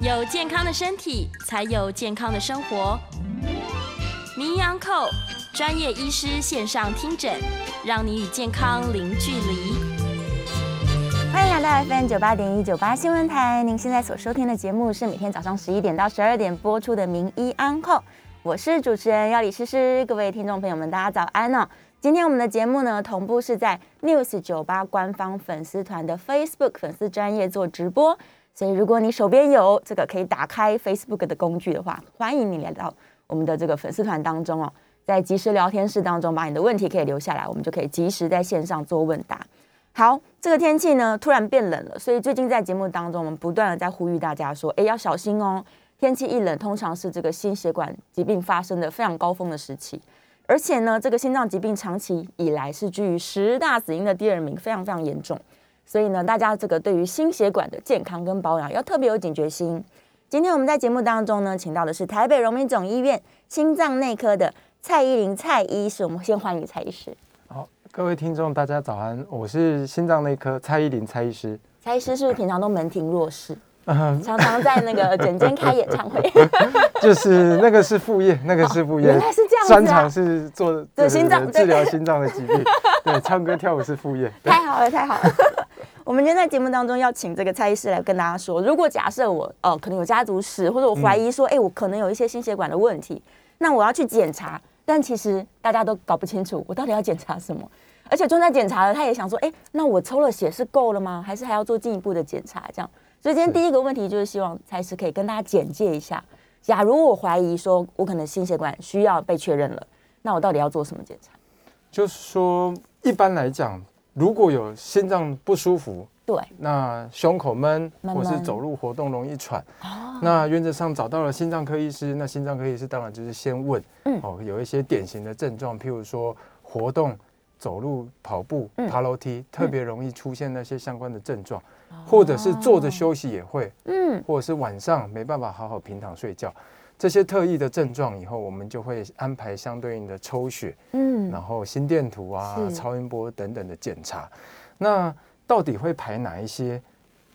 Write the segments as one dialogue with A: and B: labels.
A: 有健康的身体，才有健康的生活。名医安扣专业医师线上听诊，让你与健康零距离。
B: 欢迎来到 FM 九八点一九八新闻台，您现在所收听的节目是每天早上十一点到十二点播出的《名医安扣》，我是主持人要李诗诗，各位听众朋友们，大家早安哦。今天我们的节目呢，同步是在 News 九八官方粉丝团的 Facebook 粉丝专业做直播，所以如果你手边有这个可以打开 Facebook 的工具的话，欢迎你来到我们的这个粉丝团当中哦，在即时聊天室当中把你的问题可以留下来，我们就可以及时在线上做问答。好，这个天气呢突然变冷了，所以最近在节目当中，我们不断的在呼吁大家说，哎，要小心哦。天气一冷，通常是这个心血管疾病发生的非常高峰的时期，而且呢，这个心脏疾病长期以来是居于十大死因的第二名，非常非常严重。所以呢，大家这个对于心血管的健康跟保养要特别有警觉心。今天我们在节目当中呢，请到的是台北荣民总医院心脏内科的蔡依林蔡医师，我们先欢迎蔡医师。
C: 好，各位听众，大家早安，我是心脏内科蔡依林蔡医师。
B: 蔡医师是不是平常都门庭若市，
C: 嗯，
B: 常常在那个诊间开演唱会？
C: 就是那个是副业，那个是副业，
B: 原来是这样子啊
C: 专长是做对对对
B: 心脏对
C: 治疗心脏的疾病， 对，唱歌跳舞是副业。对
B: 太好了，太好了。我们今天在节目当中要请这个蔡医师来跟大家说，如果假设我呃可能有家族史，或者我怀疑说，哎、我可能有一些心血管的问题，那我要去检查，但其实大家都搞不清楚我到底要检查什么， 而且正在检查了，他也想说，哎、那我抽了血是够了吗？还是还要做进一步的检查？这样，所以今天第一个问题就是希望蔡医师可以跟大家简介一下，假如我怀疑说我可能心血管需要被确认了，那我到底要做什么检查？
C: 就是说，一般来讲，如果有心脏不舒服，
B: 对，
C: 那胸口闷，
B: 闷
C: 或是
B: 闷哦
C: 走路活动容易喘，那原则上找到了心脏科医师，那心脏科医师当然就是先问，
B: 嗯
C: 哦，有一些典型的症状，譬如说活动、走路、跑步、
B: 嗯哦
C: 爬楼梯，特别容易出现那些相关的症状，或者是坐着休息也会，
B: 嗯，
C: 或者是晚上没办法好好平躺睡觉，这些特异的症状以后，我们就会安排相对应的抽血，
B: 嗯
C: 然后心电图啊
B: 是、
C: 超音波等等的检查。那到底会排哪一些？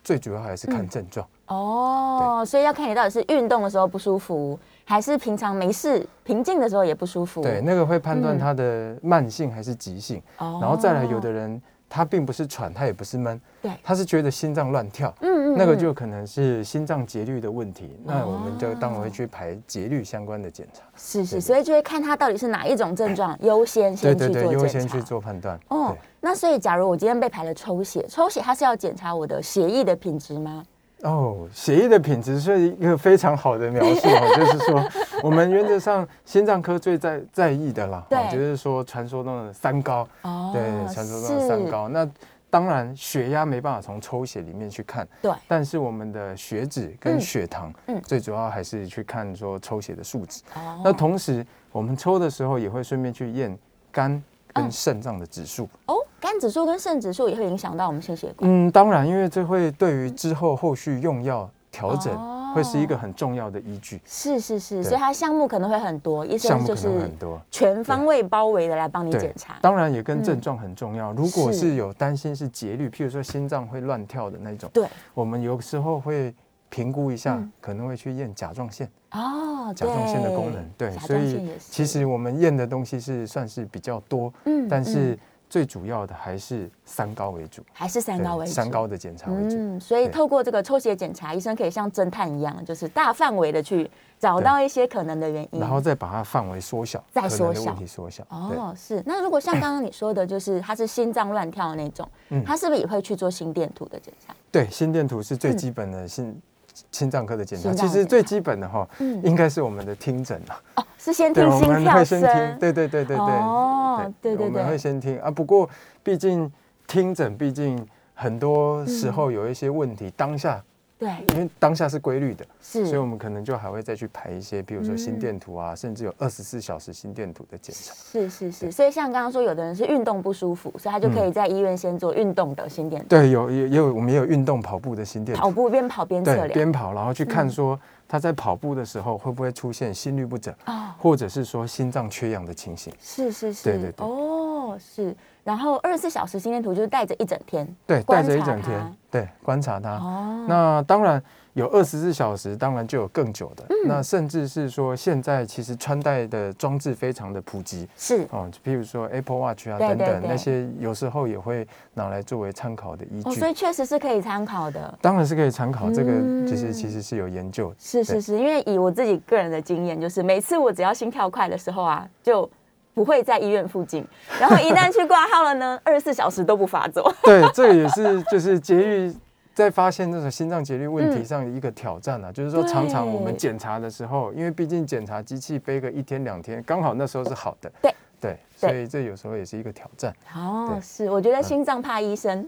C: 最主要还是
B: 嗯
C: 看症状。
B: 哦，所以要看你到底是运动的时候不舒服，还是平常没事平静的时候也不舒服。
C: 对，，那个会判断
B: 嗯
C: 它的慢性还是急性。
B: 哦
C: 然后再来，有的人他并不是喘，他也不是闷，
B: 对
C: 他是觉得心脏乱跳。
B: 嗯
C: 那个就可能是心脏节律的问题，那我们就
B: 哦
C: 当然会去排节律相关的检查。
B: 是是，
C: 对
B: 所以就会看他到底是哪一种症状，优先先
C: 对对
B: 去
C: 对，
B: 做
C: 优
B: 检
C: 先
B: 查。
C: 去做判断。
B: 哦
C: 对，
B: 那所以假如我今天被排了抽血，抽血它是要检查我的血液的品质吗？
C: 哦，血液的品质是一个非常好的描 述哦，就是说，我们原则上心脏科最在在意的啦，哦
B: 对
C: 就是说传说中的三高，
B: 哦，
C: 对，传说中的三高。那当然，血压没办法从抽血里面去看，
B: 是，对，
C: 但是我们的血脂
B: 嗯
C: 跟血糖，
B: 嗯
C: 最主要还是去看说抽血的数值。
B: 哦
C: 那同时，我们抽的时候也会顺便去验肝
B: 嗯
C: 跟肾脏的指数。
B: 哦，肝指数跟肾指数也会影响到我们心血管。
C: 嗯，当然，因为这会对于之后后续用药调整、
B: 哦
C: 会是一个很重要的依据，
B: 是是是，
C: 对
B: 所以它项目可能会很多，医
C: 项
B: 生
C: 目
B: 就
C: 可能会
B: 是
C: 很多。
B: 全方位包围的来帮你检查。嗯
C: 当然也跟症状很重要。如果
B: 是
C: 是有担心是节律，譬如说心脏会乱跳的那种，
B: 对，
C: 我们有时候会评估一下，
B: 嗯
C: 可能会去验甲状腺，
B: 哦，
C: 甲状腺的功能。对，
B: 甲
C: 所
B: 状腺
C: 以
B: 也是
C: 其实我们验的东西是算是比较多，
B: 嗯
C: 但是
B: 嗯
C: 最主要的还是三高为主，
B: 还是三
C: 对
B: 高为主，
C: 三高的检查为主。
B: 嗯，所以
C: 对
B: 透过这个抽血检查，医生可以像侦探一样，就是大范围的去找到一些可能的原因。
C: 然后再把它范围缩小，
B: 嗯再
C: 可能
B: 缩
C: 的
B: 小
C: 问题缩小。对，
B: 哦，是那如果像刚刚你说的，就是他是心脏乱跳的那种，
C: 嗯
B: 他是不是也会去做心电图的检查？
C: 对，心电图是最基本的心、心脏科的检
B: 嗯
C: 查。
B: 心脏
C: 其
B: 的
C: 实
B: 检
C: 最基本的哈，
B: 嗯
C: 应该是我们的听诊啊。
B: 哦，是先
C: 对，
B: 听
C: 我
B: 心
C: 们
B: 跳
C: 会先
B: 声
C: 听。，对对对对对。
B: 哦对对
C: 我们
B: 对
C: 会先听啊。不过，毕竟听诊，毕竟很多时候有一些问题，当下
B: 对，
C: 因为当下是规律的，所以
B: 是
C: 我们可能就还会再去排一些，比如说
B: 嗯
C: 心电图啊，甚至有二十四小时心电图的检查。
B: 是是是，所以像刚刚说，有的人是运动不舒服，所以他就
C: 嗯
B: 可以在医院先做运动的心电图，
C: 对，有也也有我们也有运动跑步的心电图
B: 跑。步边跑边测
C: 对，
B: 量。
C: 边跑然后去
B: 嗯
C: 看说他在跑步的时候会不会出现心律不整，
B: 哦，
C: 或者是说心脏缺氧的情形。
B: 是是是，
C: 对对对
B: 哦，是。然后二十四小时心电图就是带着一整天，
C: 对，
B: 观
C: 带
B: 察
C: 着一整
B: 它
C: 天，对，观察他。
B: 哦，
C: 那当然，有二十四小时，当然就有更久
B: 嗯
C: 的。那甚至是说，现在其实穿戴的装置非常的普及
B: 是
C: 哦，譬如说 Apple Watch 啊
B: 对
C: 等
B: 对
C: 等，
B: 对
C: 那些有时候也会拿来作为参考的依
B: 哦，
C: 据
B: 所。以确实是可以参考的。
C: 当然是可以参考，这个就是
B: 嗯
C: 其实是有研究的。
B: 是是
C: 对
B: 是，因为以我自己个人的经验，就是每次我只要心跳快的时候啊，就不会在医院附近，然后一旦去挂号了呢，二十四小时都不发作。
C: 对，这个也是就是节育在发现这种心脏节律问题上一个挑战啊，就是说常常我们
B: 嗯对
C: 检查的时候，因为毕竟检查机器背个一天两天，刚好那时候是好的，
B: 对
C: 对，
B: 对
C: 所以这有时候也是一个挑战。
B: 哦，
C: 对嗯
B: 是，我觉得心脏怕医生，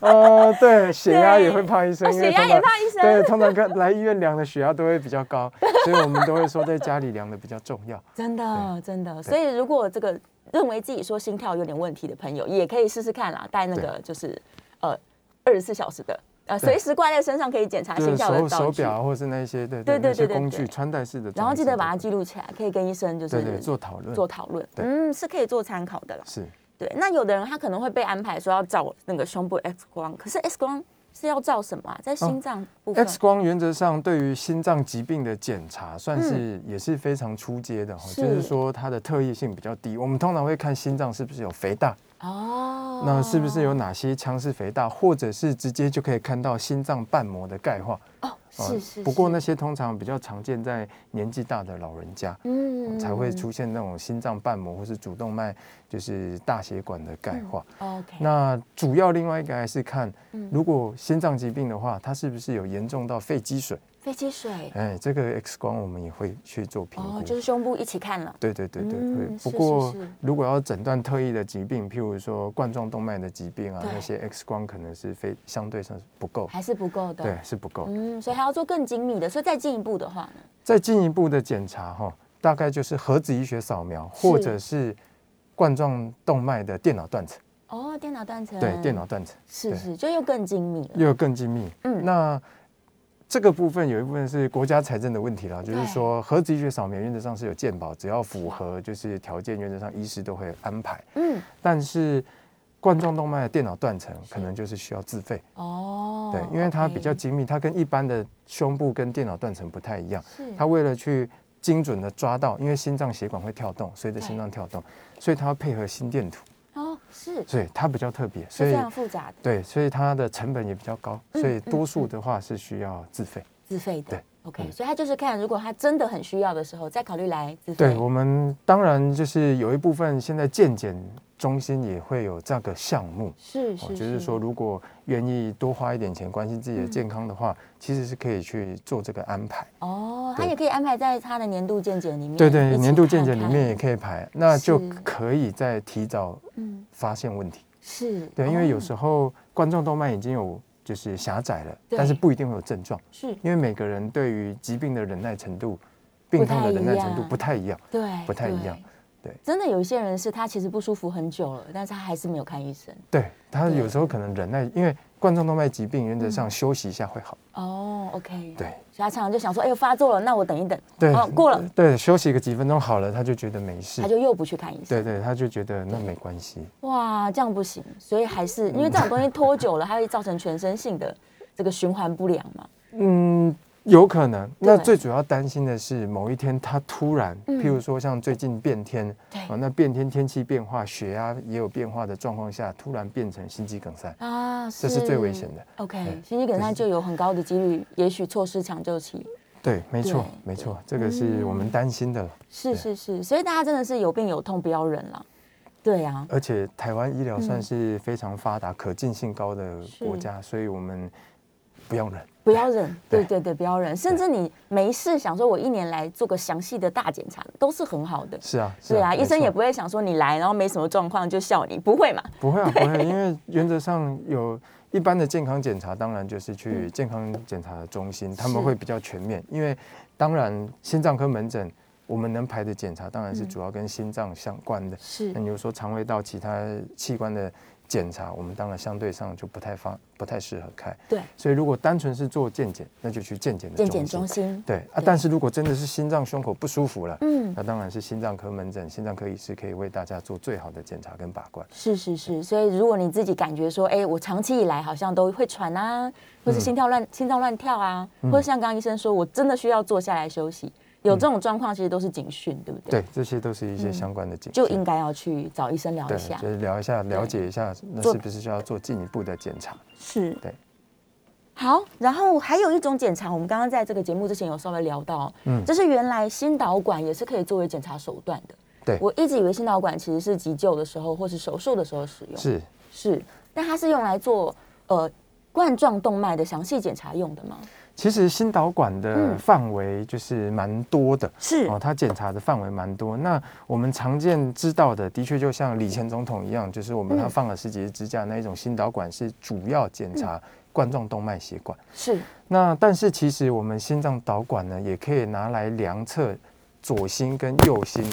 C: 呃，对，血压
B: 对
C: 也会怕医生，
B: 哦
C: 因为
B: 血压
C: 通
B: 也
C: 常
B: 怕医
C: 对，
B: 生，
C: 通常看来医院量的血压都会比较高，所以我们都会说在家里量的比较重要。
B: 真的真的。所以如果这个认为自己说心跳有点问题的朋友，也可以试试看啦，带那个就是呃二十四小时的，呃
C: 对
B: 随时挂在身上可以检查
C: 就是
B: 心跳
C: 手
B: 的道
C: 手
B: 具，
C: 表啊或者是那些对
B: 对对
C: 那
B: 对
C: 些
B: 对
C: 工
B: 对
C: 具穿戴式的装置都可以，
B: 然后记得把它记录起来，可以跟医生就是
C: 对对做讨论
B: 做讨论，
C: 对
B: 嗯，是可以做参考的啦。
C: 是。
B: 对，那有的人他可能会被安排说要照那个胸部 X 光，可是 X 光是要照什么啊？在心脏部分。
C: 哦 X 光原则上对于心脏疾病的检查，算是也是非常出阶的哈、
B: 嗯是
C: 就是说它的特异性比较低。我们通常会看心脏是不是有肥大，
B: 哦，
C: 那是不是有哪些腔室肥大，或者是直接就可以看到心脏瓣膜的钙化。
B: 哦，
C: 啊
B: 是是。
C: 不过那
B: 是，
C: 些通常比较常见在年纪大的老人家。啊
B: 嗯
C: 才会。出现那种心脏瓣膜或是主动脉，就是大血管的钙化。
B: OK，
C: 那主要另外一个还是看
B: 嗯，
C: 如果心脏疾病的话，它是不是有严重到肺积水？
B: 肺积水
C: 哎，这个 X 光我们也会去做评估。
B: 哦，就是胸部一起看了。
C: 对对对对，
B: 嗯
C: 会
B: 是
C: 不过
B: 是是
C: 如果要诊断特异的疾病，譬如说冠状动脉的疾病啊
B: 对，
C: 那些 X 光可能是非相对上是不够，
B: 还是不够的。
C: 对，，是不够。
B: 嗯，所以还要做更精密的。所以再进一步的话呢，
C: 再进一步的检查哈、大概就是核子医学扫描，或者是冠状动脉的电脑断层，
B: 哦，电脑断层，
C: 对，电脑断层
B: 是
C: 对
B: 是，就又更精密了。
C: 又更精密。
B: 嗯
C: 那这个部分有一部分是国家财政的问题啦，就是
B: 对
C: 说核子医学扫描原则上是有健保，只要符合就是条件，原则上医师都会安排。
B: 嗯，
C: 但是冠状动脉的电脑断层可能就是需要自费，
B: 哦，
C: 对，因为它
B: OK
C: 比较精密，它跟一般的胸部跟电脑断层不太一样，
B: 是
C: 它为了去精准的抓到，因为心脏血管会跳动，随着
B: 对
C: 心脏跳动，所以它要配合心电图，
B: 哦是是
C: 所以它比较特别，所
B: 非
C: 以
B: 常复杂的。
C: 对，所以它的成本也比较高，
B: 嗯
C: 所以多
B: 嗯
C: 数
B: 嗯
C: 的话是需要自费。
B: 自费的。
C: 对
B: OK，、
C: 嗯
B: 所以他就是看，如果他真的很需要的时候，再考虑来自费。
C: 对我们当然就是有一部分现在健检中心也会有这个项目，
B: 是是嗯
C: 哦，就是说，如果愿意多花一点钱关心自己的健康的话，其实是可以去做这个安排。
B: 哦，他
C: 对
B: 也可以安排在他的年度健检里面。
C: 对对，
B: 嗯一起
C: 年度健
B: 看
C: 检里
B: 看
C: 面也，可以排，那就是可以再提早
B: 嗯，
C: 发现问题。
B: 是。
C: 对，因为有
B: 候、
C: 时候冠状动脉已经有就是狭窄了，
B: 对
C: 但是不一定会有症状，
B: 哦是
C: 因为每个人对于疾病的忍耐程度、病痛的忍耐程度不太一样。
B: 对
C: 不太一样。
B: 对
C: 对
B: 真的有一些人是他其实不舒服很久了，但是他还是没有看医生。
C: 对，他
B: 对
C: 有时候可能忍耐，因为冠状动脉疾病原则上休息一下会好。
B: 哦，OK。
C: 对。
B: 所以他常常就想说，哎呦发作了，那我等一等。
C: 对
B: 哦，，过了，
C: 对，休息个几分钟好了，他就觉得没事
B: 他。就又不去看医生。
C: 对对，他就觉得那没关系。
B: 哇，这样不行，所以还是因
C: 嗯
B: 为这种东西拖久了，它会造成全身性的这个循环不良嘛。
C: 嗯，有可能。那
B: 对
C: 最主要担心的是某一天他突然，
B: 嗯
C: 譬如说像最近变天，
B: 对
C: 啊，那变天天气变化，血压也有变化的状况下，突然变成心肌梗塞，
B: 啊，
C: 这是最危险的。
B: OK，
C: 对
B: 心肌梗塞
C: 这
B: 就
C: 是
B: 有很高的几率，也许错失抢救期。
C: 对，没
B: 对，
C: 错
B: 嗯
C: 没错，这个是我们担心的。
B: 是是是，所以大家真的是有病有痛，不要忍了。对啊呀、
C: 而且台湾医疗算
B: 嗯
C: 是非常发达、可进性高的国
B: 是
C: 家，所以我们不要忍。
B: 不要忍。对
C: 对
B: 对对，不要忍。甚至你没事想说，我一年来做个详细的大检查，都是很好的。
C: 是啊，是
B: 对啊，
C: 没
B: 医生也
C: 错
B: 不会想说你来，然后没什么状况就笑你，不会嘛？
C: 不 会啊，不会，因为原则上有一般的健康检查，当然就是去健康检查中心，他
B: 嗯
C: 们
B: 是
C: 会比较全面。因为当然心脏科门诊我们能排的检查，当然是
B: 嗯
C: 主要跟心脏相关的。
B: 是
C: 那你又说肠胃道其他器官的检查，我们当然相对上就不太方不太适合开。
B: 对，
C: 所以如果单纯是做健检，那就去健检的
B: 健检
C: 中
B: 中
C: 心。
B: 心，
C: 对啊，
B: 对
C: 但是如果真的是心脏胸口不舒服了，
B: 嗯，
C: 那当然是心脏科门诊，心脏科医师可以为大家做最好的检查跟把关。
B: 是是是，所以如果你自己感觉说，哎，我长期以来好像都会喘啊，或是心跳乱、心脏乱跳啊，或者像刚刚医生说，我真的需要坐下来休息，有这种状况其实都是警讯，对不对？
C: 对，这些都是一些相关的警
B: 嗯就
C: 讯
B: 应该要去找医生聊
C: 对
B: 一，下
C: 就。是聊一下，了解一下，那
B: 做
C: 是不是需要做进一步的检查？
B: 是，
C: 对。
B: 好，然后还有一种检查，我们刚刚在这个节目之前有稍微聊到，嗯
C: 嗯，
B: 这是原来心导管也是可以作为检查手段的。
C: 对
B: 我一直以为心导管其实是急救的时候或是手术的时候使用。
C: 是，
B: 是，那它是用来做呃冠状动脉的详细检查用的吗？
C: 其实心导管的
B: 嗯
C: 范围就是蛮多的。
B: 是
C: 哦，它检查的范围蛮多。那我们常见知道的，的确就像李前总统一样，就是我们他
B: 嗯
C: 放了十几支支架那一种心导管，是主要检查冠状动脉血管。
B: 是
C: 那但是其实我们心脏导管呢，也可以拿来量测左心跟右心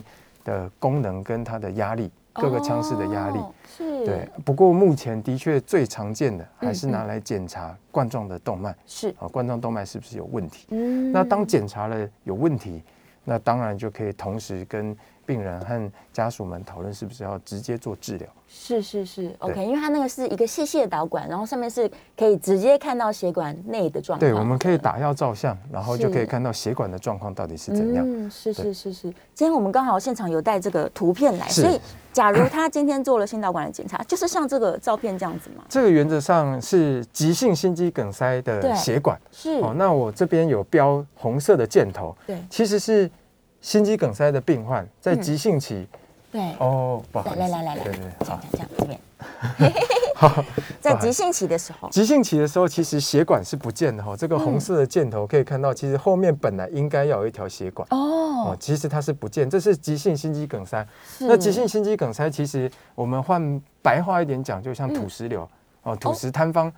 C: 的功能跟它的压力，各个腔室的压力。
B: 哦是，
C: 对，，不过目前的确最常见的还是
B: 嗯嗯
C: 拿来检查冠状的动脉
B: 是，
C: 啊，冠状动脉是不是有问题？
B: 嗯
C: 那当检查了有问题，那当然就可以同时跟病人和家属们讨论是不是要直接做治疗。
B: 嗯是是是，OK，因为它那个是一个细细的导管，然后上面是可以直接看到血管内的状况。
C: 对，我们可以打药照相，然后
B: 是
C: 就可以看到血管的状况到底是怎样。
B: 嗯，是
C: 对
B: 是是是。今天我们刚好现场有带这个图片来，
C: 是
B: 所以假如他今天做了心导管的检查， 就是像这个照片这样子嘛？
C: 这个原则上是急性心肌梗塞
B: 对
C: 的血管。
B: 是，
C: 哦，那我这边有标红色的箭头，
B: 对
C: 其实是心肌梗塞的病患在
B: 嗯
C: 急性期。
B: 对，
C: 哦，不好意思，
B: 来来来来
C: 对
B: 来
C: 对，
B: 这
C: 好
B: 样。这样这边， 在急性期的时候，
C: 急性期的时候，其实血管是不见的哦哈、这个红色的箭
B: 嗯
C: 头可以看到，其实后面本来应该要有一条血管。
B: 哦
C: 哦，，其实它是不见，这是急性心肌梗塞。
B: 是
C: 那急性心肌梗塞，其实我们换白话一点讲，就像土石流、
B: 嗯
C: 哦，土石坍方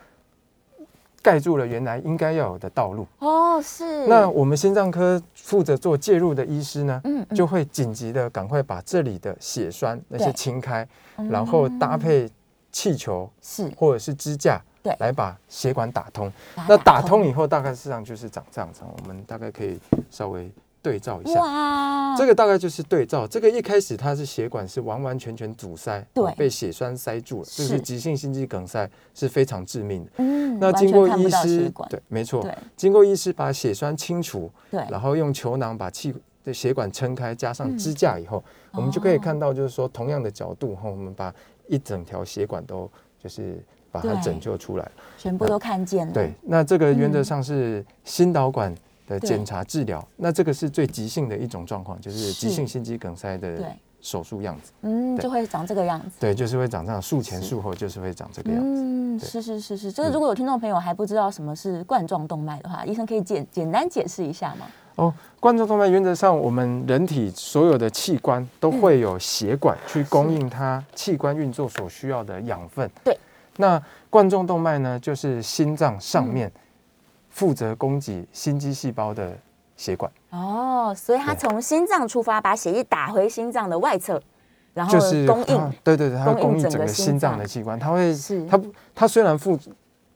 C: 盖住了原来应该要有的道路。
B: 哦，是
C: 那我们心脏科负责做介入的医师呢，
B: 嗯嗯
C: 就会紧急的赶快把这里的血栓那些
B: 对
C: 清开，然后搭配气球
B: 是
C: 或者是支架，
B: 对
C: 来把血管打通。
B: 把它
C: 那打通以后，大概事实上就是长这样子。我们大概可以稍微对照一下，
B: 哇，
C: 这个大概就是对照。这个一开始它是血管是完完全全阻塞，
B: 对
C: 哦被血栓塞住了，这
B: 是
C: 是急性心肌梗塞，是非常致命的。
B: 嗯
C: 那
B: 完
C: 经
B: 全
C: 过
B: 看不
C: 医
B: 到血
C: 师
B: 管，
C: 对，没错
B: 对，
C: 经过医师把血栓清除，
B: 对嗯
C: 然后用球囊把气的血管撑开，加上支架以
B: 哦
C: 后，我们就可以看到，就是说同样的角度哈，我们把一整条血管都就是把它
B: 对
C: 拯救出来。
B: 全部都看见了，
C: 对，，那这个原则上是心导管的
B: 嗯对
C: 检查治疗，那这个是最急性的一种状况，就是急性心肌梗塞的
B: 对
C: 手术样子。
B: 嗯，
C: 对
B: 就会长这个样子。
C: 对，就是会长这样，术前
B: 是
C: 术后就是会长这个样子。
B: 嗯，
C: 对
B: 是是是是，就是如果有听众朋友还不知道什么是冠状动脉的话，医生可以简简单解释一下吗？
C: 哦，冠状动脉原则上，我们人体所有的器官都
B: 嗯
C: 会有血管去供应它器官运作所需要的养分。
B: 对，
C: 那冠状动脉呢，就是心脏
B: 嗯
C: 上面负责供给心肌细胞的血管，
B: 哦，所以它从心脏出发，把血液打回心脏的外侧，然后
C: 就是啊
B: 供
C: 它
B: 应。
C: 对对对，它会
B: 供应
C: 供应
B: 整
C: 整
B: 个
C: 个
B: 心
C: 心脏
B: 脏
C: 的器官，它会
B: 是
C: 它不它虽然覆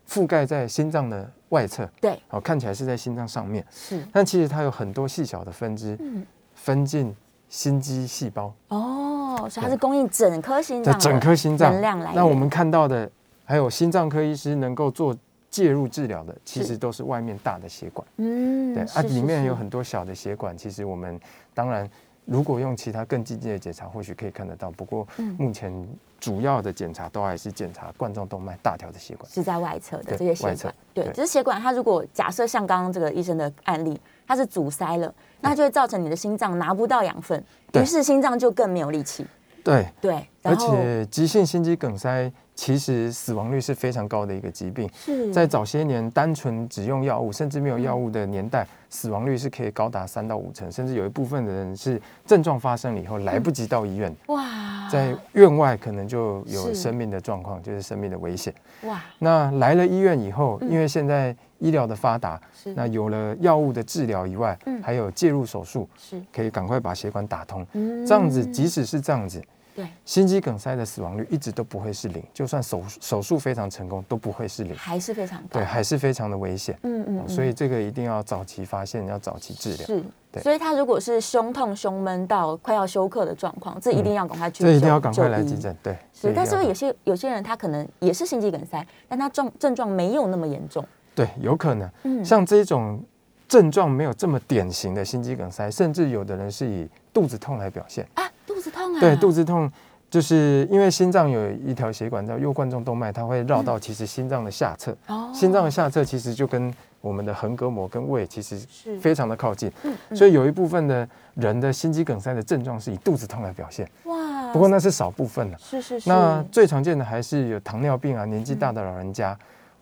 C: 覆盖在心脏的外侧，
B: 对，
C: 哦，看起来是在心脏上面，
B: 是
C: 但其实它有很多细小的分支，
B: 嗯
C: 分进心肌细胞。
B: 哦，所以它是供应整颗心
C: 在
B: 脏的
C: 整颗心脏
B: 能量来源。
C: 那我们看到的，还有心脏科医师能够做介入治疗的，其
B: 是
C: 实都是外面大的血管，
B: 嗯，
C: 对啊，
B: 是
C: 里
B: 是
C: 面
B: 是
C: 有很多小的血管。其实我们当然，如果用其他更进阶的检查，或许可以看得到。不过
B: 嗯
C: 目前主要的检查都还是检查冠状动脉大条的血管。
B: 是在外侧的
C: 对
B: 这些血
C: 外
B: 管
C: 侧，
B: 对，
C: 对
B: 只是血管它如果假设像刚刚这个医生的案例，它是阻塞了，那它就会造成你的心脏拿不到养分，
C: 对
B: 于是心脏就更没有力气，
C: 对，
B: 对，然
C: 而
B: 后
C: 且急性心肌梗塞其实死亡率是非常高的一个疾病。
B: 是
C: 在早些年单纯只用药物，甚至没有药物的年代，死亡率是可以高达三到五成，甚至有一部分的人是症状发生了以后
B: 嗯
C: 来不及到医院，
B: 哇
C: 在院外可能就有
B: 啊是
C: 生命的状况，就是生命的危险。
B: 哇
C: 那来了医院以后，
B: 嗯
C: 因为现在医疗的发达，
B: 是
C: 那有了药物的治疗以外，
B: 嗯
C: 还有介入手术，
B: 是
C: 可以赶快把血管打通。
B: 嗯
C: 这样子，即使是这样子，
B: 对，
C: 心肌梗塞的死亡率一直都不会是零，就算手手术非常成功都不会是零，
B: 还是非常高。
C: 对，还是非常的危险。哦
B: 嗯嗯嗯，
C: 所以这个一定要早期发现，要早期治疗。
B: 是，
C: 对
B: 所以他如果是胸痛、胸闷到快要休克的状况，这一定要赶快去、
C: 嗯这一定要赶快来急。诊。对，这
B: 是，
C: 一定
B: 但是
C: 要
B: 有些有些人他可能也是心肌梗塞，但他症症状没有那么严重。
C: 对，有可能。
B: 嗯
C: 像这种症状没有这么典型的心肌梗塞，甚至有的人是以肚子痛来表现。
B: 啊，肚子痛啊，
C: 对，肚子痛就是因为心脏有一条血管叫右冠状动脉，它会绕到其实心脏的下侧。
B: 哦，
C: 心脏的下侧其实就跟我们的横膈膜跟胃其实
B: 是
C: 非常的靠近，
B: 嗯嗯
C: 所以有一部分的人的心肌梗塞的症状是以肚子痛来表现，
B: 哇，
C: 不过那是少部分了。
B: 是嗯是是，
C: 那最常见的还是有糖尿病啊，年纪大的老人家，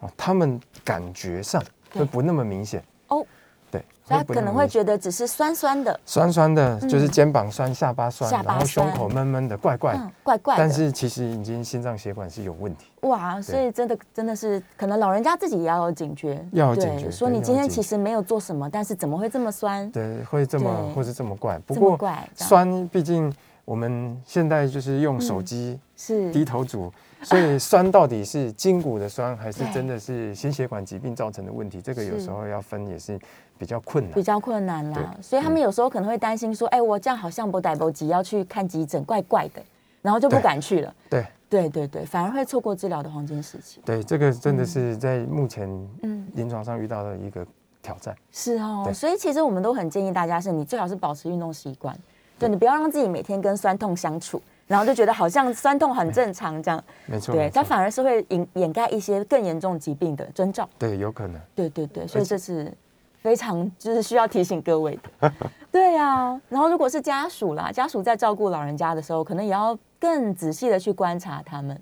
C: 哦，他们感觉上
B: 对
C: 会不那么明显
B: 哦，
C: 对，
B: 所以他
C: 不
B: 可
C: 那
B: 能
C: 么
B: 会
C: 明显
B: 觉得只是酸酸的，
C: 酸酸的，就是
B: 嗯
C: 肩膀酸、下巴酸，
B: 下巴
C: 然后胸
B: 酸
C: 口闷闷的、怪怪的
B: 嗯，，怪怪的。
C: 但是其实已经心脏血管是有问题。
B: 哇，所以真的真的是，可能老人家自己也要有警觉，
C: 要有
B: 对
C: 警觉
B: 说
C: 对
B: 你
C: 要
B: 今
C: 有
B: 天
C: 警
B: 其实没有做什么，但是怎么会这么酸？
C: 对，会这么
B: 对
C: 或是这么怪。不
B: 这么
C: 过
B: 怪这样
C: 酸，毕竟我们现在就是用手
B: 嗯
C: 机
B: 是
C: 低头族，所以酸到底是筋骨的酸，还是
B: 对
C: 真的是心血管疾病造成的问题？这个有
B: 是
C: 时候要分也是比较困
B: 比
C: 难。
B: 较困难啦，
C: 对嗯
B: 所以他们有时候可能会担心说，哎、我这样好像不逮不急，要去看急诊，怪怪的，然后就不
C: 对
B: 敢去了。
C: 对
B: 对对对，反而会错过治疗的黄金时期。
C: 对，这个真的是在目前
B: 嗯
C: 临床上遇到的一个挑战。
B: 是哦，
C: 对
B: 所以其实我们都很建议大家是，你最好是保持运动习惯，对你不要让自己每天跟酸痛相处，然后就觉得好像酸痛很正常这样。
C: 没错，
B: 对
C: 没，错
B: 它反而是会掩掩盖一些更严重疾病的征兆。
C: 对有可能。
B: 对对
C: 嗯
B: 对，所以这是非常就是需要提醒各位 的。对啊，然后如果是家属啦，家属在照顾老人家的时候，可能也要更仔细的去观察他们。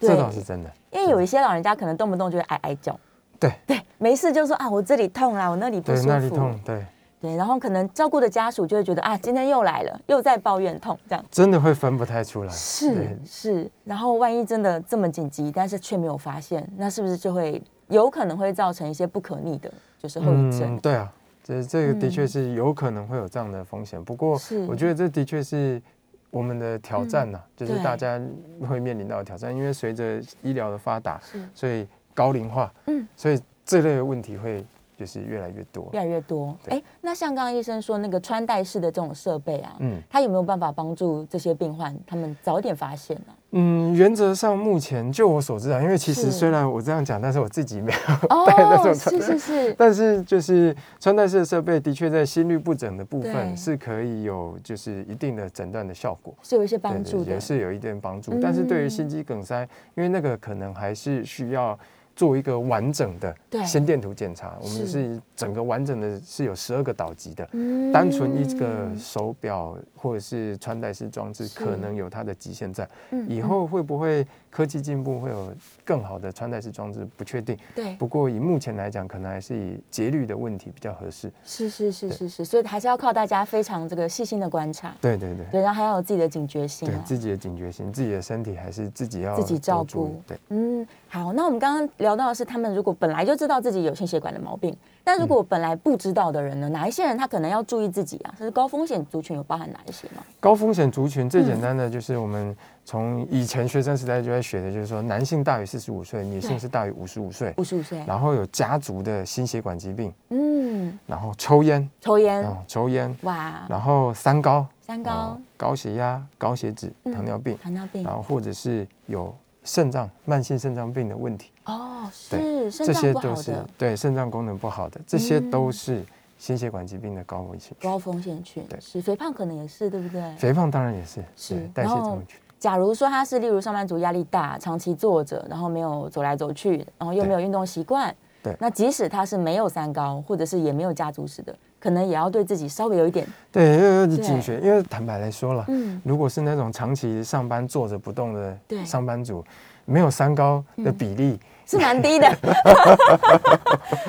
C: 这倒是真的。
B: 因为有一些老人家可能动不动就会哀哀叫，
C: 对
B: 对，没事就说啊，我这里痛啦，我那里不
C: 对
B: 舒，服，
C: 那里痛，对，
B: 对，然后可能照顾的家属就会觉得啊，今天又来了，又在抱怨痛这样。
C: 真的会分不太出来。
B: 是
C: 对
B: 是，然后万一真的这么紧急，但是却没有发现，那是不是就会有可能会造成一些不可逆的，就是后遗症？
C: 嗯，对啊，这这个的确
B: 嗯
C: 是有可能会有这样的风险。不过
B: 是，嗯
C: 我觉得这的确是我们的挑战呐、就是
B: 对
C: 大家会面临到的挑战。因为随着医疗的发达
B: 是，
C: 所以高龄化，
B: 嗯，
C: 所以这类的问题会就是越来越多
B: 越。来越多。
C: 对
B: 哎，那像刚刚医生说那个穿戴式的这种设备啊，
C: 嗯
B: 它有没有办法帮助这些病患他们早点发现 呢、
C: 嗯，原则上目前就我所知啊，因为其
B: 是
C: 实虽然我这样讲，但是我自己没有 戴那
B: 哦，
C: 种
B: 是
C: 穿戴
B: 是是，
C: 但是就是穿戴式的设备的确在心律不整的部
B: 对
C: 分是可以有就是一定的诊断的效果。
B: 是有一些
C: 对
B: 帮
C: 对
B: 助的嗯
C: 也。是有一点帮助。但是对于心肌梗塞，因为那个可能还是需要做一个完整的
B: 对
C: 心电图检查，我
B: 是
C: 们是整个完整的是有十二个导级的。
B: 嗯
C: 单纯一个手表或者是穿戴式装置，可能有它的极限在。
B: 嗯
C: 以
B: 嗯
C: 后会不会科技进步，会有更好的穿戴式装置，不确定。
B: 对，
C: 不过以目前来讲，可能还是以节律的问题比较合适。
B: 是是是
C: 对
B: 是是，所以还是要靠大家非常这个细心的观察，
C: 对对对，
B: 对，然后还要有自己的警觉性
C: 对
B: 啊。
C: 自己的警觉性、自己的身体还是自己要
B: 自己
C: 多
B: 照
C: 注意
B: 顾
C: 对。
B: 嗯，好，那我们刚刚聊到的是，他们如果本来就知道自己有心血管的毛病，但如果本来不知道的人呢，哪一些人他可能要注意自己啊？就是高风险族群有包含哪一些吗？
C: 高风险族群最
B: 嗯
C: 简单的就是我们从以前学生时代就在学的，就是说男性大于四十五岁，女性是大于五十五岁，
B: 五十五岁，
C: 然后有家族的心血管疾病，
B: 嗯，
C: 然后抽烟，
B: 抽烟，
C: 啊，抽烟，
B: 哇，
C: 然后三高，
B: 嗯三高
C: 哦，高血压、高血脂、
B: 嗯
C: 糖尿病，
B: 糖尿病
C: 然，后或者是有肾脏慢性肾脏病的问题，
B: 哦，是
C: 对
B: 肾
C: 这
B: 脏
C: 些
B: 不
C: 都
B: 好
C: 是
B: 的
C: 对肾脏功能不好的，这些
B: 嗯
C: 都是心血管疾病的高危险群
B: 高风险群，
C: 对
B: 是肥胖可能也是，对不对？
C: 肥胖当然也是，
B: 是
C: 对代
B: 然
C: 谢
B: 后
C: 症候群。
B: 假如说他是例如上班族压力大，长期坐着，然后没有走来走去，然后又
C: 对
B: 没有运动习惯，
C: 对
B: 那即使他是没有三高，或者是也没有家族史的，可能也要对自己稍微有一点，
C: 对，要有点
B: 对
C: 警觉，因为坦白来说了，
B: 嗯，
C: 如果是那种长期上班坐着不动
B: 对嗯
C: 的上班族，没有三高的比例，
B: 是蛮低的，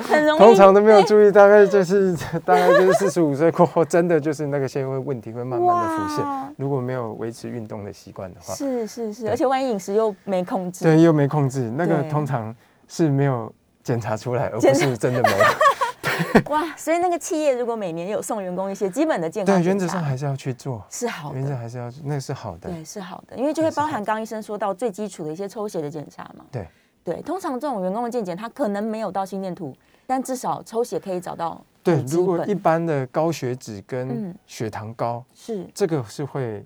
B: 很容易。
C: 通常都没有注意，大概就是 大概就是四十五岁过后，真的就是那个些会问题会慢慢的浮
B: 哇
C: 现。如果没有维持运动的习惯的话，
B: 是是是，
C: 对
B: 而且万一饮食又没控制，
C: 对，又没控制，那个
B: 对
C: 通常是没有检查出来，而
B: 检
C: 不
B: 查
C: 是真的没有。
B: 哇，所以那个企业如果每年有送员工一些基本的健康检
C: 对，
B: 查，
C: 原则上还是要去做，
B: 是好
C: 原则
B: 的，
C: 还是要去那是好的，
B: 对，是好的，因为就会包含刚医生说到最基础的一些抽血的检查嘛。
C: 对
B: 对，通常这种员工的健检，他可能没有到心电图，但至少抽血可以找到
C: 对
B: 很。基
C: 如果
B: 本
C: 一般的高血脂跟
B: 嗯
C: 血糖高，
B: 是
C: 这个是会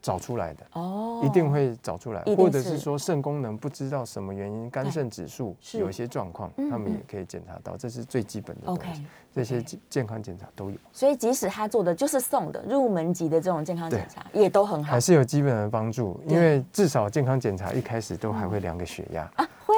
C: 找出来的。
B: 哦，
C: 一定会找出来，
B: 一定
C: 或者
B: 是
C: 是说肾功能不知道什么原因，肝
B: 对
C: 肾指数
B: 是
C: 有一些状况，
B: 嗯
C: 他们
B: 嗯
C: 也可以检查到，这是最基本的东
B: OK
C: 西。。这些
B: OK
C: 健健康检查都有，
B: 所以即使他做的就是送的入门级的这种健康检查，也都很好
C: 还。是有基本的帮助，
B: 对嗯
C: 因为至少健康检查一开始都还会量个血压。
B: 啊会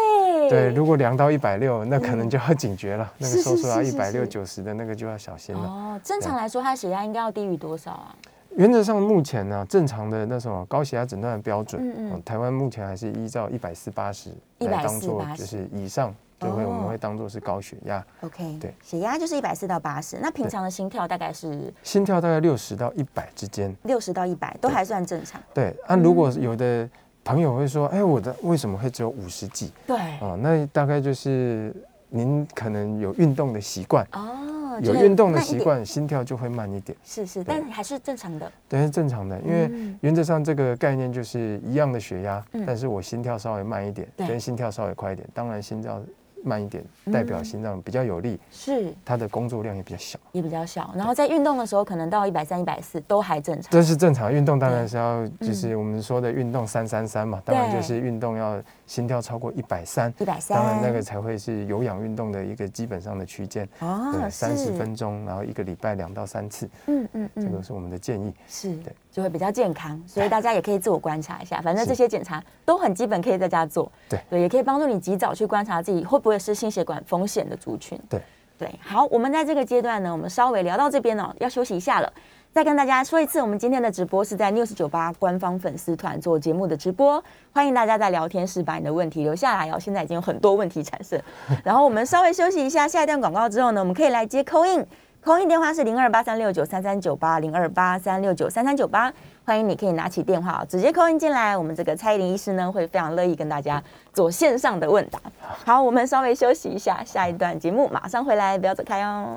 C: 对，如果量到一百六，那可能就要警觉了。那
B: 是
C: 个收
B: 嗯是
C: 缩到
B: 是
C: 一百六
B: 是
C: 九十的那个就要小心了。
B: 哦，正常来说，他血压应该要低于多少啊？
C: 原则上，目前呢、正常的那什么高血压诊断的标准，
B: 嗯嗯
C: 哦台湾目前还是依照一百四八十
B: 140
C: 来当做就是以上，就会、
B: 哦
C: 我们会当做是高血压。
B: OK，
C: 对
B: 血压就是一百四到八十，那平常的心跳大概是
C: 心跳大概六十到一百之间。
B: 六十到一百，都还算正常。
C: 对，啊，
B: 嗯
C: 如果有的朋友会说，哎、我的为什么会只有五十几？
B: 对，
C: 哦，那大概就是您可能有运动的习惯，
B: 哦，觉
C: 有
B: 得
C: 运动的
B: 慢一
C: 习
B: 点，
C: 惯，心跳就会慢一点，
B: 是是，
C: 对
B: 但还是正常的。
C: 对，是正常的，因为。
B: 嗯
C: 原则上，这个概念就是一样的血压，
B: 嗯
C: 但是我心跳稍微慢一点，
B: 对嗯
C: 跟心跳稍微快一点。当然，心跳慢一点代表心脏比较有力，
B: 是
C: 它的工作量也比较小。
B: 也比较小，然后在运动的时候可能到一百三、一百四都还正常。
C: 这是正常运动，当然是要
B: 嗯
C: 就是我们说的运动三三三嘛，当然就是运动要心跳超过一百三，
B: 一百三，
C: 当然那个才会是有氧运动的一个基本上的区间。
B: 哦，
C: 对，三十
B: 是，
C: 分钟，然后一个礼拜两到三次，
B: 嗯嗯
C: 这个
B: 嗯，
C: 是我们的建议。
B: 是
C: 对，
B: 就会比较健康，所以大家也可以自我观察一下，反正
C: 是
B: 这些检查都很基本，可以在家做，
C: 对
B: 对，也可以帮助你及早去观察自己会不会是心血管风险的族群。
C: 对
B: 对，好，我们在这个阶段呢，我们稍微聊到这边哦，要休息一下了。再跟大家说一次，我们今天的直播是在 News 九八官方粉丝团做节目的直播，欢迎大家在聊天室把你的问题留下来哦。现在已经有很多问题产生，然后我们稍微休息一下，下一段广告之后呢，我们可以来接 call in。call in 电话是零二八三六九三三九八零二八三六九三三九八，欢迎你可以拿起电话哦直接 call in 进来，我们这个蔡依林医师呢会非常乐意跟大家做线上的问答。好，我们稍微休息一下，下一段节目马上回来，不要走开哦。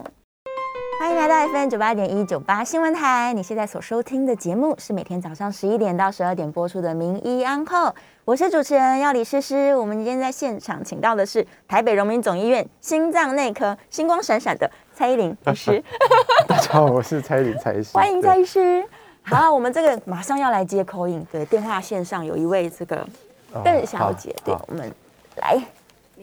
B: 欢迎来到 FM 九八点一九八新闻台，你现在所收听的节目是每天早上十一点到十二点播出的《名医安后》，我是主持人药理诗诗。我们今天在现场请到的是台北荣民总医院心脏内科星光闪闪的蔡依林医 师，
C: 大家好，我是蔡理财 师，
B: 欢迎
C: 对
B: 蔡医师。好，我们这个马上要来接口音，对，电话线上有一位这个
C: 哦
B: 邓小姐，
C: 好
B: 对
C: 好，
B: 我们来，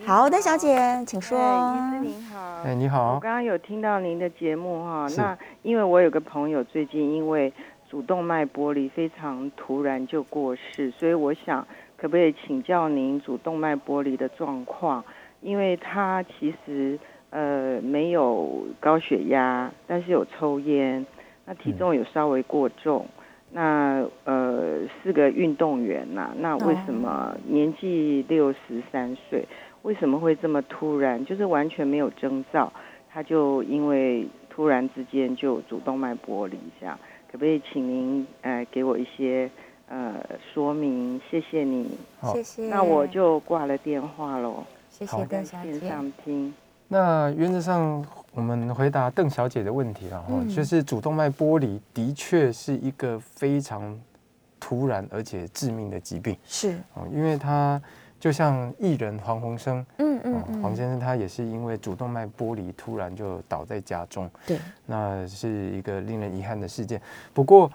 B: 好，邓小姐，请说。
D: 哎，医师您好。
C: 哎，你
D: 我
C: 好，
D: 刚刚有听到您的节目哈，
C: 是
D: 那因为我有个朋友最近因为主动脉剥离非常突然就过世，所以我想可不可以请教您主动脉剥离的状况？因为他其实呃没有高血压，但是有抽烟，那体重有稍微过重。那呃是个运动员呐、那为什么年纪六十三岁，为什么会这么突然？就是完全没有征兆，他就因为突然之间就主动脉剥离这样，可不可以请您呃给我一些呃说明？谢谢你。
C: 好
B: 谢谢。
D: 那我就挂了电话喽，
B: 谢谢
C: 好
B: 邓
D: 在
B: 小
D: 线
B: 姐。
D: 上听。
C: 那原则上，我们回答邓小姐的问题啊了哈、
B: 嗯
C: 就是主动脉剥离的确是一个非常突然而且致命的疾病
B: 是，
C: 哦，因为它就像艺人黄鸿升，
B: 嗯
C: 哦
B: 嗯，嗯，
C: 黄先生他也是因为主动脉剥离突然就倒在家中，
B: 对，
C: 那是一个令人遗憾的事件。不过，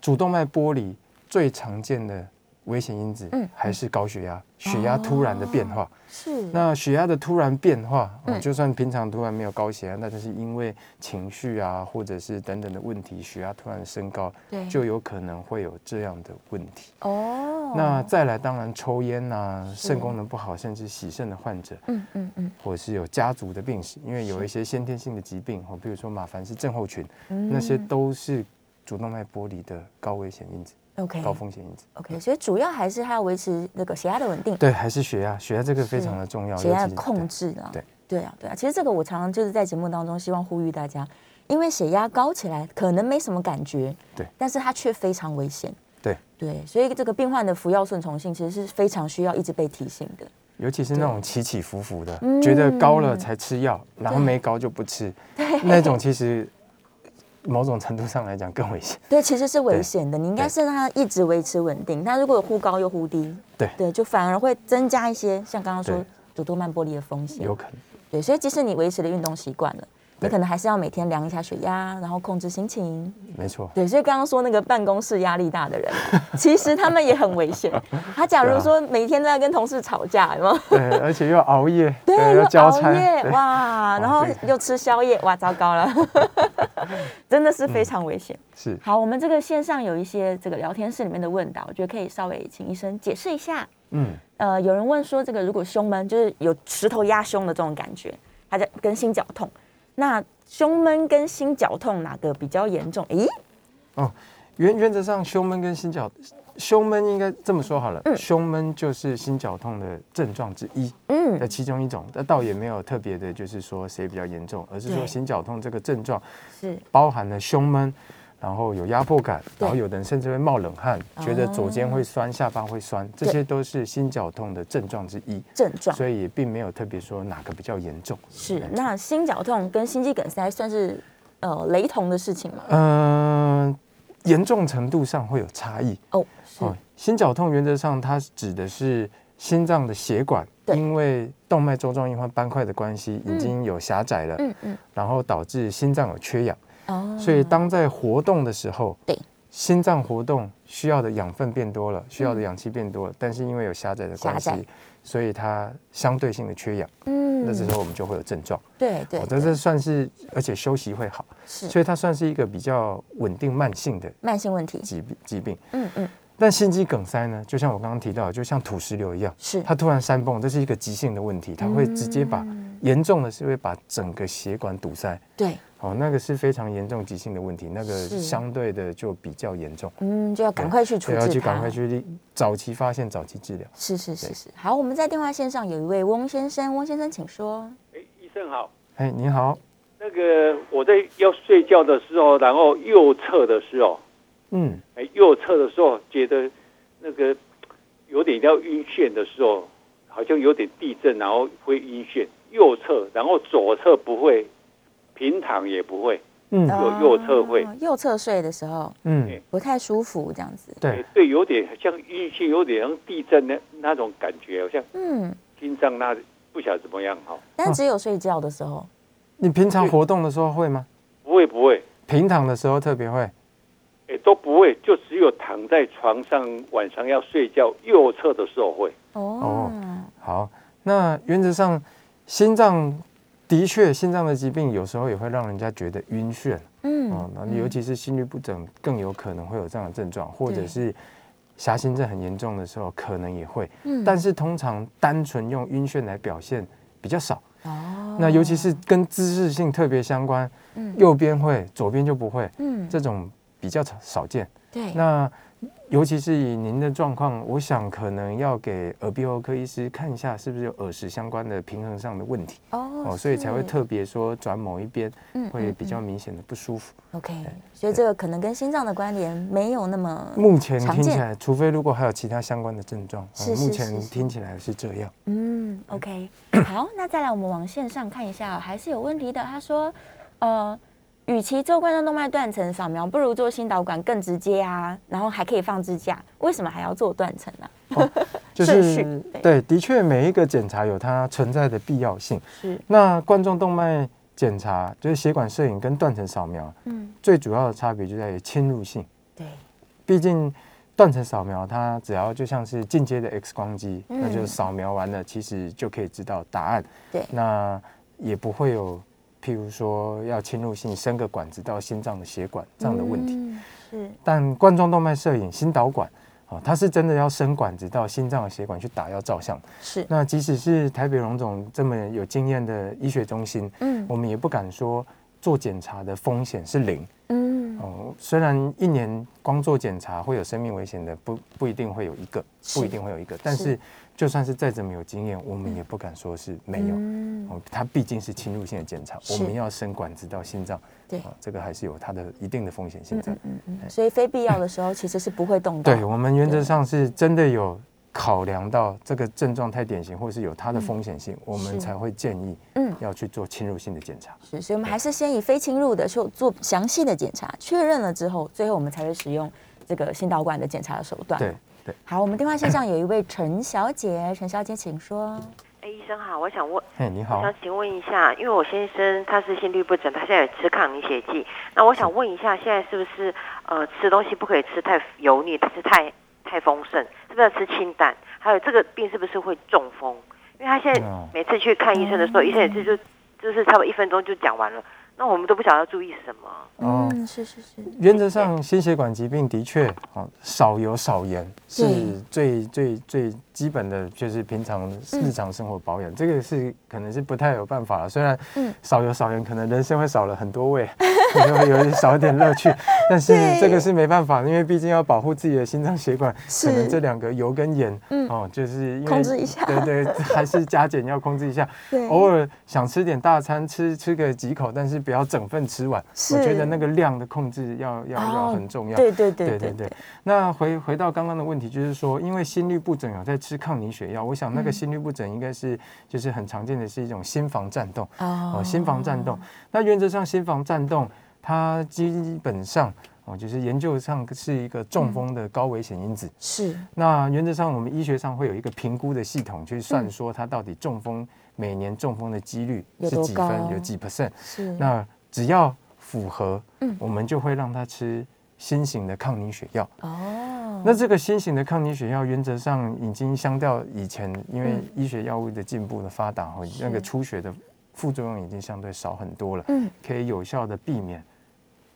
C: 主动脉剥离最常见的危险因子
B: 嗯哦
C: 还是高血压，血压突然的变化。
B: 是，
C: 那血压的突然变化，哦
B: 嗯
C: 就算平常突然没有高血压，那就是因为情绪啊，或者是等等的问题，血压突然升高，
B: 对，
C: 就有可能会有这样的问题。
B: 哦，
C: 那再来，当然抽烟啊，肾功能不好，甚至洗肾的患者，
B: 嗯嗯嗯
C: 或者是有家族的病史，因为有一些先天性的疾病，哦，比如说马凡氏症候群，
B: 嗯，
C: 那些都是主动脉剥离的高危险因子、
B: OK
C: 高风险因子。
B: OK，所以主要还是它要维持那个血压的稳定，
C: 对，还是血压，血压这个非常的重要，
B: 血压
C: 尤
B: 的
C: 其
B: 控制啊。
C: 对
B: 对啊，对啊。其实这个我常常就是在节目当中希望呼吁大家，因为血压高起来可能没什么感觉，
C: 对
B: 但是它却非常危险。
C: 对
B: 对，所以这个病患的服药顺从性其实是非常需要一直被提醒的。嗯
C: 尤其是那种起起伏伏的，觉得高了才吃药，然后没高就不吃，那种其实某种程度上来讲更危险。
B: 对，其实是危险的。你应该是让它一直维持稳定。它如果有忽高又忽低，
C: 对
B: 对，就反而会增加一些像刚刚说
C: 对
B: 主动脉剥离的风险
C: 有。可能
B: 对，所以即使你维持了运动习惯了，你
C: 对
B: 可能还是要每天量一下血压，然后控制心情。
C: 没错，
B: 对，所以刚刚说那个办公室压力大的人啊，其实他们也很危险。他假
C: 啊
B: 如说每天都在跟同事吵架，有没有？
C: 对，而且又熬夜，
B: 对，
C: 要
B: 又
C: 交
B: 熬
C: 差，
B: 夜
C: 对
B: 哇，然后
C: 这个
B: 又吃宵夜哇，糟糕了， 真的是
C: 嗯
B: 非常危险。
C: 是
B: 好，我们这个线上有一些这个聊天室里面的问答，我觉得可以稍微请医生解释一下。
C: 嗯。
B: 呃，有人问说，这个如果胸闷，就是有石头压胸的这种感觉，他在跟心绞痛，那胸闷跟心绞痛哪个比较严重？咦，
C: 原原则上，胸闷跟心绞，胸闷应该这么说好了，胸闷就是心绞痛的症状之一，
B: 嗯
C: 那其中一种。那倒也没有特别的，就是说谁比较严重，而是
B: 对
C: 说心绞痛这个症状
B: 是
C: 包含了胸闷，然后有压迫感，
B: 对哦
C: 然后有的人甚至会冒冷汗，觉得左肩会酸、下巴会酸，这
B: 对
C: 些都是心绞痛的症状之一。
B: 症状
C: 所以也并没有特别说哪个比较严重。
B: 是那心绞痛跟心肌梗塞算是呃雷同的事情吗？
C: 嗯、严重程度上会有差异。
B: 哦，是
C: 哦，心绞痛原则上它指的是心脏的血管，
B: 对
C: 因为动脉粥状硬化斑块的关系已经有狭窄了，
B: 嗯嗯
C: 然后导致心脏有缺氧，
B: 哦，
C: 所以当在活动的时候，
B: 对嗯
C: 心脏活动需要的养分变多了，需要的氧气变多了，但是因为有狭窄的关
B: 狭窄
C: 系，所以它相对性的缺氧，
B: 嗯
C: 那这时候我们就会有症状。
B: 对对
C: 哦，
B: 对嗯
C: 但这算是，而且休息会好，
B: 是
C: 所以它算是一个比较稳定慢性的
B: 慢性问题，
C: 疾病疾病。
B: 嗯嗯
C: 但心肌梗塞呢，就像我刚刚提到的，就像土石流一样，
B: 是
C: 它突然山崩，这是一个急性的问题，它会直接把、
B: 嗯
C: 严重的是会把整个血管堵塞，
B: 对，
C: 哦，那个是非常严重急性的问题，那个
B: 是
C: 相对的就比较严重，
B: 嗯就要赶快去处
C: 所以要
B: 置
C: 去
B: 它，
C: 赶快去立早期发现、早期治疗。
B: 是是是
C: 对
B: 是，好，我们在电话线上有一位翁先生，翁先生请说。
E: 哎，医生好。
C: 哎，你好，
E: 那个我在要睡觉的时候，然后右侧的时候，
C: 嗯，
E: 哎，右侧的时候觉得那个有点要晕眩的时候，好像有点地震，然后会晕眩。右侧，然后左侧不会，平躺也不会。
C: 嗯
E: 有右侧会
B: 哦右侧睡的时候
C: 嗯
E: 对，
B: 不太舒服，这样子。
C: 对，
E: 哎对，有点像晕眩，有点像地震的那种感觉，好像
B: 嗯，
E: 心脏那不晓得怎么样哈、哦。
B: 但只有睡觉的时候，
C: 你平常活动的时候会吗？
E: 不会不会，
C: 平躺的时候特别会，
E: 哎都不会，就只有躺在床上晚上要睡觉右侧的时候会。
B: 哦
C: 哦，好，那原则上心脏的确心脏的疾病有时候也会让人家觉得晕眩。哦
B: 嗯，，
C: 那尤其是心律不整，更有可能会有这样的症状，或
B: 对
C: 者是狭心症很严重的时候，可能也会。
B: 嗯
C: 但是通常单纯用晕眩来表现比较少。
B: 哦
C: 那尤其是跟姿势性特别相关，
B: 嗯
C: 右边会，左边就不会，
B: 嗯，
C: 这种比较少见。
B: 对，
C: 那尤其是以您的状况，我想可能要给耳鼻喉科医师看一下，是不是有耳石相关的平衡上的问题
B: 哦
C: 哦，所以才会
B: 是
C: 特别说转某一边
B: 嗯
C: 会
B: 嗯
C: 比较明显的不舒服。
B: OK，所以
C: 哎
B: 这个可能跟心脏的关联没有那么
C: 目前
B: 常
C: 听起
B: 见
C: 来，除非如果还有其他相关的症状，
B: 是
C: 嗯
B: 是
C: 目
B: 是
C: 前
B: 是
C: 听起来是这样。
B: 嗯，OK，好，那再来我们往线上看一下、哦，还是有问题的。他说，呃，与其做冠状动脉断层扫描，不如做心导管更直接啊，然后还可以放支架，为什么还要做断层呢、
C: 就
B: 顺
C: 是
B: 序对
C: 对，的确每一个检查有它存在的必要性。
B: 是，
C: 那冠状动脉检查就是血管摄影跟断层扫描，
B: 嗯，
C: 最主要的差别就在于侵入性。
B: 对，
C: 毕竟断层扫描它只要就像是进阶的 X 光机，
B: 嗯
C: 那就扫描完了，其实就可以知道答案。
B: 对
C: 那也不会有譬如说要侵入性伸个管子到心脏的血管这样的问题。
B: 嗯、是，
C: 但冠状动脉摄影心导管啊、它是真的要伸管子到心脏的血管去打药照相。
B: 是，
C: 那即使是台北荣总这么有经验的医学中心，
B: 嗯
C: 我们也不敢说做检查的风险是零
B: 嗯，
C: 哦。虽然一年光做检查会有生命危险的，不不一定会有一个，
B: 是
C: 不一定会有一个。但是就算是再怎么有经验，我们也不敢说是没有。
B: 嗯，
C: 哦，它毕竟是侵入性的检查，
B: 是
C: 我们要伸管子到心脏，
B: 对
C: 哦，这个还是有它的一定的风
B: 嗯
C: 险性在。
B: 嗯，所以非必要的时候其实是不会动到，
C: 对，我们原则上是真的有考量到这个症状太典型，或是有它的风险性，我们
B: 嗯是
C: 才会建议
B: 嗯
C: 要去做侵入性的检查。
B: 是，所以我们还是先以非侵入的去做详细的检查，确认了之后，最后我们才会使用这个心导管的检查的手段。
C: 对，对，
B: 好，我们电话线上有一位陈小姐，陈小姐请说。
F: 哎，医生好，我想问，
C: 嘿，你好
F: 我，想请问一下，因为我先生他是心律不整，他现在有吃抗凝血剂，那我
C: 嗯
F: 想问一下，现在是不是呃吃东西不可以吃太油腻，吃太太丰盛，是不是要吃清淡？还有这个病是不是会中风？因为他现在
C: 哦
F: 每次去看医生的
G: 嗯
F: 时候，医生也是就就是差不多一分钟就讲完了，那我们都不晓得要注意什么。
C: 哦
B: 嗯，是是是，
C: 原则上，心血管疾病的确，哦，少油少盐是最最最基本的，就是平常日常生活保养，这个是可能是不太有办法了。虽然
B: 嗯
C: 少油少盐，可能人生会少了很多味， 可能会有一少一点乐 趣，但是
B: 对
C: 这个是没办法，因为毕竟要保护自己的心脏血管，可
B: 是
C: 能这两个油跟盐，
B: 嗯
C: 哦，就是因为
B: 控制一下
C: 对 对，还是加减要控制一下。
B: 对
C: 偶尔想吃点大餐，吃吃个几口，但是不要整份吃完。我觉
B: 是
C: 得那个量的控制要要要
B: 哦
C: 很重要。
B: 对对对对
C: 对对
B: 对
C: 对，。那回回到刚刚的问题，就是说，因为心律不整有在吃抗凝血药，我想那个心律不整应该是就是很常见的是一种心房颤动
B: 哦
C: 哦，心房颤动。那原则上心房颤动，它基本上哦，就是研究上是一个中风的高危险因子。
B: 是
C: 那原则上，我们医学上会有一个评估的系统去算说它到底中风每年中风的几率
B: 嗯有
C: 是
B: 多
C: 几分
B: 高，
C: 有几 percent。
B: 是，
C: 那只要符合，
B: 嗯
C: 我们就会让他吃新型的抗凝血药。
B: 哦，
C: 那这个新型的抗凝血药原则上已经相较以前，因为
B: 嗯
C: 医学药物的进步的发达，哦，那个出血的副作用已经相对少很多了，
B: 嗯
C: 可以有效的避免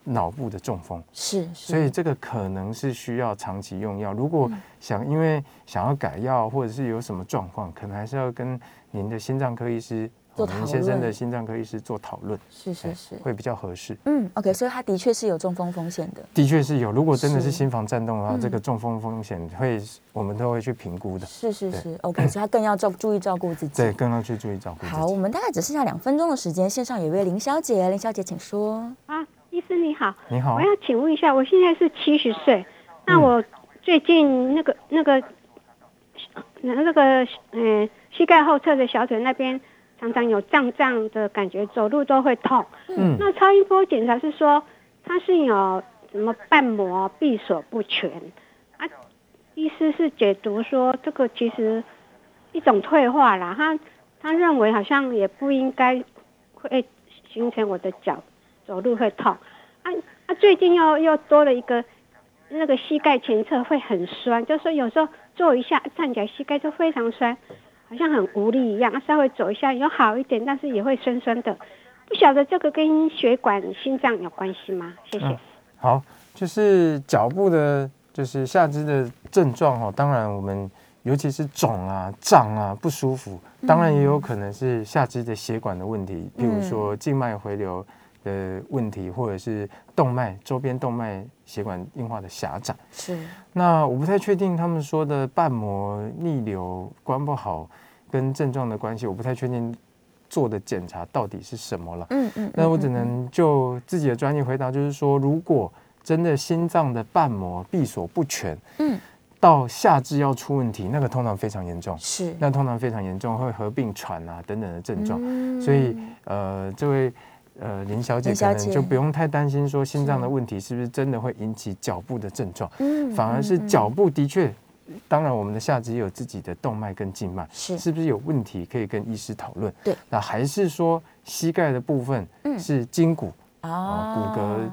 C: 脑部的中风。
B: 是是，
C: 所以哎这个可能是需要长期用药。如
B: 嗯
C: 果想因为想要改药，或者是有什么状况，可能还是要跟您的心脏科医师、
B: 做
C: 哦
B: 讨
C: 您先生
B: 论
C: 的心脏科医师做讨论，
B: 是
C: 哎
B: 是是，
C: 会比较合适。
B: 嗯，OK，所以它的确是有中风风险的，
C: 的确是有，如果真的
B: 是
C: 是心房颤动的话，
B: 嗯
C: 这个中风风险会我们都会去评估的，
B: 是是
C: 对
B: 是，OK，所以它更要照注意照顾自己。
C: 对，更要去注意照顾
B: 好，我
C: 自己。
B: 们大概只剩下两分钟的时间，线上有一位林小姐，林小姐请说。
H: 啊，医师你好，
C: 你好
H: 我，要请问一下，我现在是七十岁，那我最近那个那个那那个嗯、膝盖后侧的小腿那边常常有胀胀的感觉，走路都会痛。
C: 嗯
H: 那超音波检查是说它是有什么瓣膜闭锁不全啊？医师是解读说这个其实一种退化啦，他他认为好像也不应该会形成我的脚走路会痛啊啊！最近又又多了一个那个膝盖前侧会很酸，就是说有时候坐一下站起来膝盖就非常酸，好像很无力一样。啊稍微走一下有好一点，但是也会酸酸的。不晓得这个跟血管、心脏有关系吗？谢谢。
C: 嗯好，就是脚部的，就是下肢的症状哦。当然，我们尤其是肿啊、胀啊、不舒服，当然也有可能是下肢的血管的问题，譬如说静脉回流的问题，或者是动脉周边动脉血管硬化的狭窄。
B: 是，
C: 那我不太确定他们说的瓣膜逆流关不好跟症状的关系，我不太确定做的检查到底是什么了。
B: 嗯嗯，
C: 那我
B: 嗯
C: 只能就自己的专业回答，就是说，如果真的心脏的瓣膜闭锁不全，
B: 嗯，
C: 到下肢要出问题，那个通常非常严重，
B: 是
C: 那通常非常严重，会合并喘啊等等的症状。
B: 嗯
C: 所以呃，这位呃林小姐
B: 林
C: 可
B: 小
C: 能
B: 姐
C: 就不用太担心说心脏的问题是不是真的会引起脚部的症状，
B: 嗯
C: 反而是
B: 嗯嗯
C: 脚部的确，当然我们的下肢也有自己的动脉跟静脉，
B: 是
C: 是不是有问题可以跟医师讨论？
B: 嗯对，
C: 那还是说膝盖的部分
B: 嗯
C: 是筋骨啊、
B: 啊
C: 骨骼。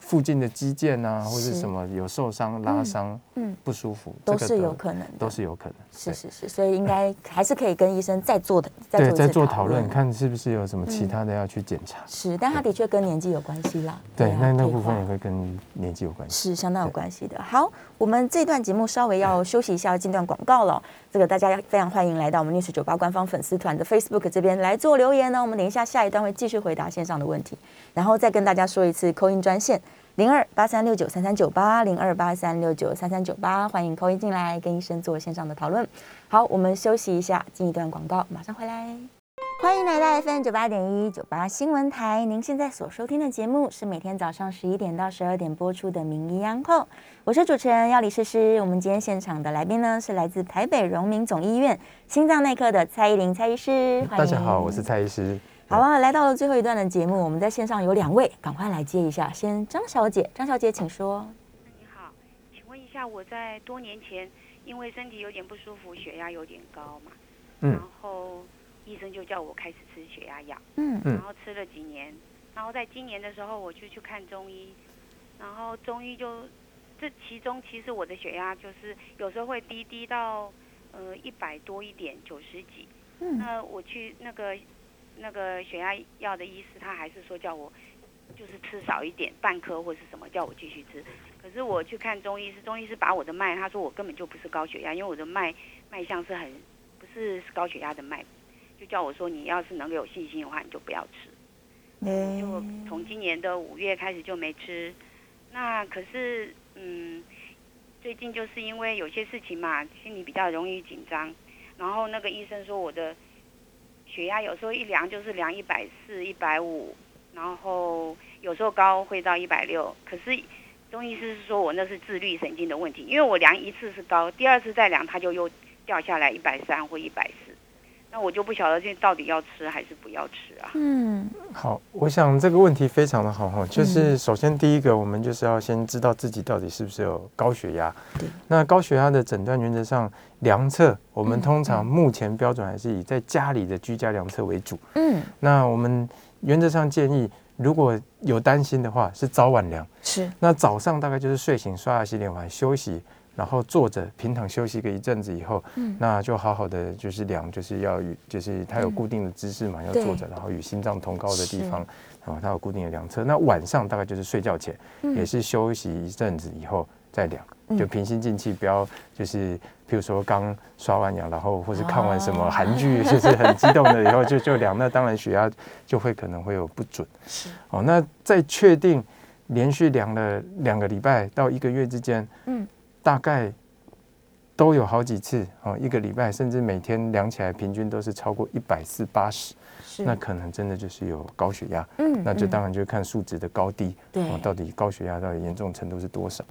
C: 附近的肌腱啊，或
B: 是
C: 是什么有受伤、拉伤、
B: 嗯
C: 不舒服，
B: 都
C: 这个
B: 是有可能的，
C: 都是有可能。
B: 是
C: 对
B: 是是，所以应该还是可以跟医生再做的，再
C: 对，
B: 做
C: 在
B: 一次
C: 做讨论，看是不是有什么其他的要去检查。
B: 嗯是，但它的确跟年纪有关系啦，
C: 对，
B: 啊
C: 那那
B: 退
C: 部分
B: 化
C: 也会跟年纪有关系。
B: 是相当有
C: 对
B: 关系的。好，我们这段节目稍微要休息一下，进段广告了。这个大家非常欢迎来到我们 news 九八官方粉丝团的 Facebook 这边来做留言哦呢。我们等一下下一段会继续回答线上的问题，然后再跟大家说一次扣音专线零二八三六九三三九八零二八三六九三三九八，欢迎扣音进来跟医生做线上的讨论。好，我们休息一下，进一段广告，马上回来。欢迎来到 FM 九八点一九八新闻台。您现在所收听的节目是每天早上十一点到十二点播出的《名医央后》，我是主持人要李诗诗。我们今天现场的来宾呢是来自台北荣民总医院心脏内科的蔡依林蔡医师。欢迎
C: 大家好，我是。蔡医师。
B: 好啊，来到了最后一段的节目，我们在线上有两位，赶快来接一下。先张小姐，张小姐请说。
I: 你好，请问一下，我在多年前因为身体有点不舒服，血压有点高嘛，
C: 嗯
I: 然后医生就叫我开始吃血压药，
B: 嗯
C: 嗯
I: 然后吃了几年，然后在今年的时候我就去看中医，然后中医就这其中其实我的血压就是有时候会低低到呃一百多一点，九十几，
B: 嗯
I: 那我去那个那个血压药的医师，他还是说叫我就是吃少一点，半颗或是什么，叫我继续吃。可是我去看中医师，中医师把我的脉，他说我根本就不是高血压，因为我的脉脉象是很不是高血压的脉，就叫我说你要是能够有信心的话，你就不要吃。
B: 嗯，
I: 就从今年的五月开始就没吃。那可是，嗯，最近就是因为有些事情嘛，心里比较容易紧张。然后那个医生说我的血压有时候一量就是量一百四、一百五，然后有时候高会到一百六。可是中医师是说我那是自律神经的问题，因为我量一次是高，第二次再量它就又掉下来一百三或一百四。那我就不晓得这到底要吃还是不要吃啊？
B: 嗯
C: 好，我想这个问题非常的好哈，就是首先第一个，我们就是要先知道自己到底是不是有高血压。
B: 对。
C: 那高血压的诊断原则上，量测我
B: 嗯
C: 们通常目前标准还是以在家里的居家量测为主。
B: 嗯，
C: 那我们原则上建议，如果有担心的话，是早晚量。
B: 是
C: 那早上大概就是睡醒、刷牙、洗脸完休息，然后坐着平躺休息个一阵子以后，
B: 嗯
C: 那就好好的就是量，就是要与就是它有固定的姿势嘛，要
B: 对
C: 坐着，然后与心脏同高的地
B: 是
C: 方，然后它有固定的量测。那晚上大概就是睡觉前，
B: 嗯
C: 也是休息一阵子以后再量。
B: 嗯
C: 就平心静气，不要就是，譬如说刚刷完牙，然后或是看完什么韩剧，
B: 哦
C: 就是很激动的，以后就就量，那当然血压就会可能会有不准。
B: 是
C: 哦，那在确定连续量了两个礼拜到一个月之间，
B: 嗯，
C: 大概都有好几次哦，一个礼拜甚至每天量起来平均都是超过一百四八十，
B: 是
C: 那可能真的就是有高血压。
B: 嗯
C: 那就
B: 嗯
C: 当然就看数值的高低，
B: 对
C: 哦，到底高血压到底严重程度是多少？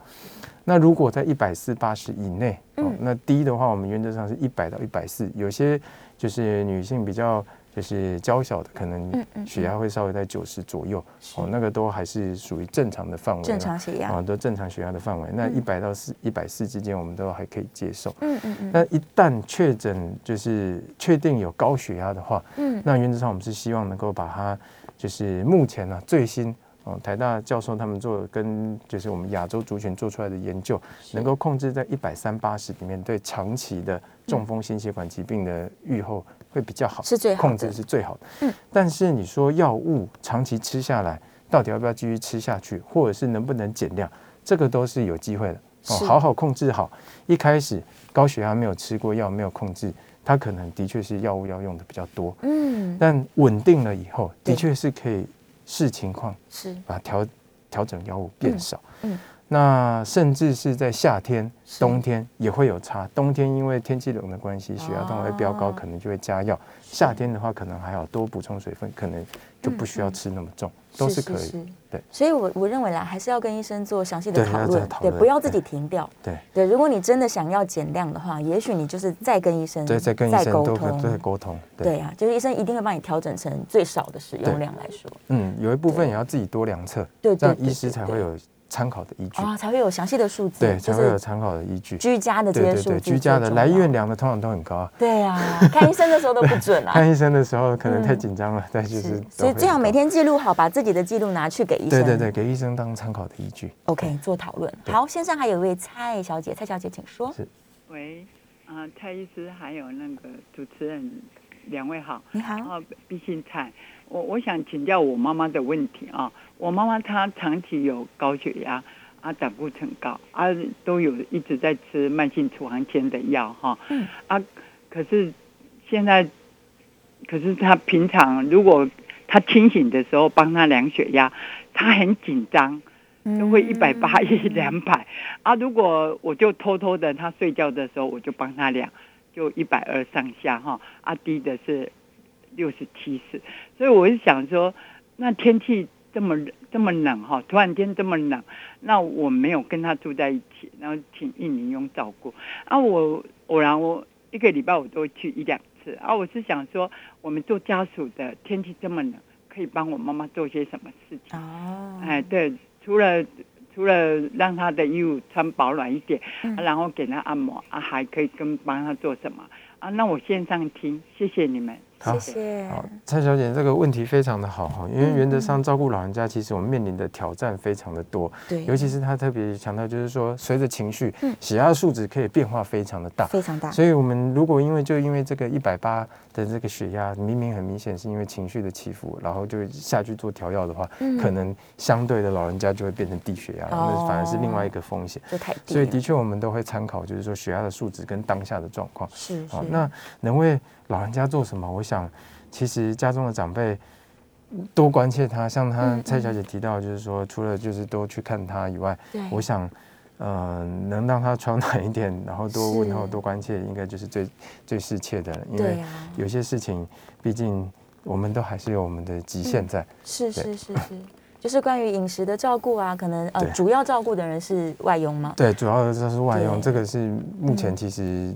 C: 那如果在一百四八十以内，哦
B: 嗯，
C: 那低的话，我们原则上是一百到一百四，有些就是女性比较就是娇小的，可
B: 嗯嗯
C: 能血压会稍微在九十左右，哦，那个都还是属于正常的范围啦，
B: 正常血压
C: 啊，都正常血压的范围。那一百到四一百四之间，我们都还可以接受。
B: 嗯嗯嗯
C: 那一旦确诊就是确定有高血压的话，
B: 嗯
C: 那原则上我们是希望能够把它，就是目前呢、最新哦，台大教授他们做跟就是我们亚洲族群做出来的研究，能够控制在一百三八十里面，对长期的中风、心血管疾病的预后会比较好，
B: 是最好的
C: 控制是最好的。
B: 嗯，
C: 但是你说药物长期吃下来，到底要不要继续吃下去，或者是能不能减量，这个都是有机会的。哦，
B: 是
C: 好好控制好。一开始高血压没有吃过药，没有控制，它可能的确是药物要用的比较多。
B: 嗯
C: 但稳定了以后，
B: 对
C: 的确是可以视情况
B: 是
C: 把调调整药物变少。
B: 嗯嗯
C: 那甚至是在夏天、
B: 是
C: 冬天也会有差。冬天因为天气冷的关系，血压当然会飙高，
B: 哦
C: 可能就会加药。夏天的话，可能还好，多补充水分，可能就不
B: 嗯
C: 需要吃那么重，都是可以。对，
B: 所以我我认为啦，还是要跟医生做详细的
C: 对
B: 讨
C: 要
B: 论
C: 再，讨
B: 对，
C: 论
B: 不要自己
C: 对
B: 停掉。
C: 对，
B: 对，如果你真的想要减量的话，也许你就是再跟医生
C: 对，再跟医生
B: 沟
C: 多
B: 通，
C: 对沟通。
B: 对啊，就是医生一定会帮你调整成最少的使用
C: 对
B: 量来说，
C: 嗯，有一部分也要自己多量测，
B: 对对
C: 这样
B: 对
C: 医
B: 对
C: 师才
B: 对
C: 会有参考的依据，
B: 啊、才会有详细的数字，
C: 对，
B: 就
C: 才会有
B: 是
C: 参考的依据。
B: 居家的这
C: 对
B: 些
C: 对
B: 数
C: 对，
B: 字，
C: 居家的来医院，量的通常都很高啊。
B: 对啊，看医生的时候都不准啊。
C: 看医生的时候可能太
B: 嗯
C: 紧张了，但就是都
B: 所以
C: 会
B: 最好
C: 有
B: 每
C: 到
B: 天记录好，把自己的记录拿去给医生。
C: 对对对，给医生当参考的依据。
B: ，OK，做讨论。好，线上还有一位蔡小姐，蔡小姐请说。
C: 是
G: 喂，啊、蔡医师还有那个主持人，两位好。
B: 你好，
G: 啊，毕姓蔡，我我想请教我妈妈的问题啊。我妈妈她长期有高血压，啊，胆固醇高，啊，都有一直在吃慢性处方签的药哈。
B: 嗯。
G: 啊，可是现在，可是她平常如果她清醒的时候帮她量血压，她很紧张，都会一百八、一两百啊。如果我就偷偷的，他睡觉的时候我就帮他量，就一百二上下哈。啊，低的是六十七次，所以我是想说，那天气这么这么冷哈，突然间这么冷，那我没有跟他住在一起，然后请印尼佣照顾啊，我偶然我一个礼拜我都去一两次啊，我是想说，我们做家属的天气这么冷，可以帮我妈妈做些什么事情？
B: 哦，
G: 哎，对，除了除了让他的衣服穿保暖一点，
B: 嗯
G: 啊然后给他按摩啊，还可以跟帮他做什么啊？那我线上听，谢谢你们。
C: 好
B: 谢谢，
C: 好，蔡小姐这个问题非常的好哈，因为原则上照顾老人家，其实我们面临的挑战非常的多，
B: 对，
C: 尤其是她特别强调，就是说随着情绪
B: 嗯，
C: 血压数值可以变化非常的大。
B: 非常大，
C: 所以，我们如果因为就因为这个一百八的这个血压，明明很明显是因为情绪的起伏，然后就下去做调药的话，
B: 嗯
C: 可能相对的老人家就会变成低血压，那反而是
B: 哦
C: 另外一个风险。
B: 就太低
C: 所以，
B: 了，
C: 的确我们都会参考，就是说血压的数值跟当下的状况。
B: 是是
C: 好，，哦那能为老人家做什么？我想，其实家中的长辈多关切他，像他
B: 嗯
C: 蔡小姐提到，就是说，除了就是多去看他以外，
B: 对，
C: 我想，呃，能让他穿暖一点，然后多问候、
B: 是
C: 多关切，应该就是最最适切的了。因
B: 对啊
C: 为
B: 呀、
C: 有些事情，毕竟我们都还是有我们的极
B: 嗯
C: 限在。
B: 是是
C: 对
B: 是是，就是关于饮食的照顾啊，可能呃
C: 对
B: 主要照顾的人是外佣嘛，
C: 对，主要就是外用，
B: 对
C: 这个是目前
B: 嗯
C: 其实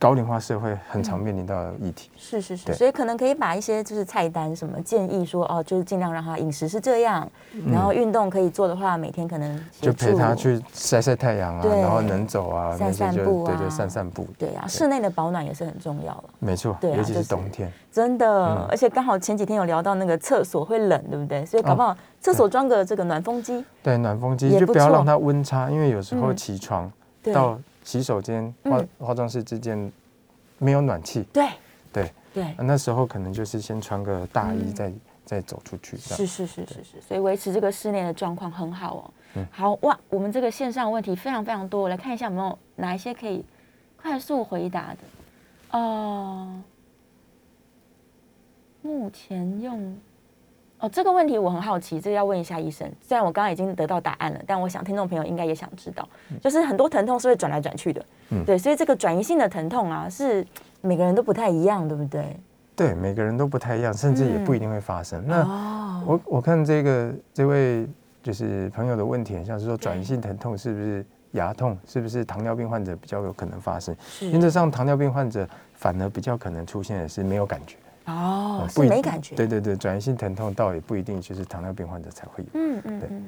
C: 高龄化社会很常面临到的议题。
B: 是是是，
C: 对
B: 所以可能可以把一些就是菜单什么建议说哦，就是尽量让他饮食是这样，然后运动可以做的话，每天可能
C: 嗯就
B: 协
C: 陪他
B: 助。
C: 去晒晒太阳啊，
B: 对
C: 然后能走啊，
B: 散
C: 那些
B: 散
C: 就
B: 步啊
C: 对，就散散步。
B: 对啊，室内的保暖也是很重要了，
C: 没错，
B: 对啊
C: 尤其
B: 就是是
C: 冬天，
B: 真的。
C: 嗯
B: 而且刚好前几天有聊到那个厕所会冷，对不对？所以
C: 哦
B: 搞不好厕所装个这个暖风机，
C: 对暖风机
B: 也
C: 就
B: 不
C: 不要
B: 错
C: 让它温差，因为有时候
B: 嗯
C: 起床
B: 对
C: 到洗手间、化
B: 嗯
C: 化妆室之间没有暖气，
B: 对
C: 对，
B: 对，
C: 那时候可能就是先穿个大衣再再走出去这
B: 嗯是
C: 样。
B: 是是是是，所以维持这个室内的状况很好哦。
C: 嗯
B: 好哇，我们这个线上问题非常非常多，我来看一下有没有哪一些可以快速回答的。哦，目前用哦这个问题我很好奇，这个要问一下医生。虽然我刚刚已经得到答案了，但我想听众朋友应该也想知道，就是很多疼痛是会转来转去的，
C: 嗯
B: 对，所以这个转移性的疼痛啊，是每个人都不太一样，对不对？
C: 对，每个人都不太一样，甚至
B: 嗯
C: 也不一定会发生。那
B: 哦，
C: 我我看这个这位就是朋友的问题，很像是说转移性疼痛是不是牙痛，是不是糖尿病患者比较有可能发生？原则上，糖尿病患者反而比较可能出现的是没有感觉，
B: 哦，
C: 嗯
B: 是
C: 一
B: 没感觉，
C: 对对对，转移性疼痛倒也不一定就是糖尿病患者才会有。
B: 嗯嗯
C: 对
B: 嗯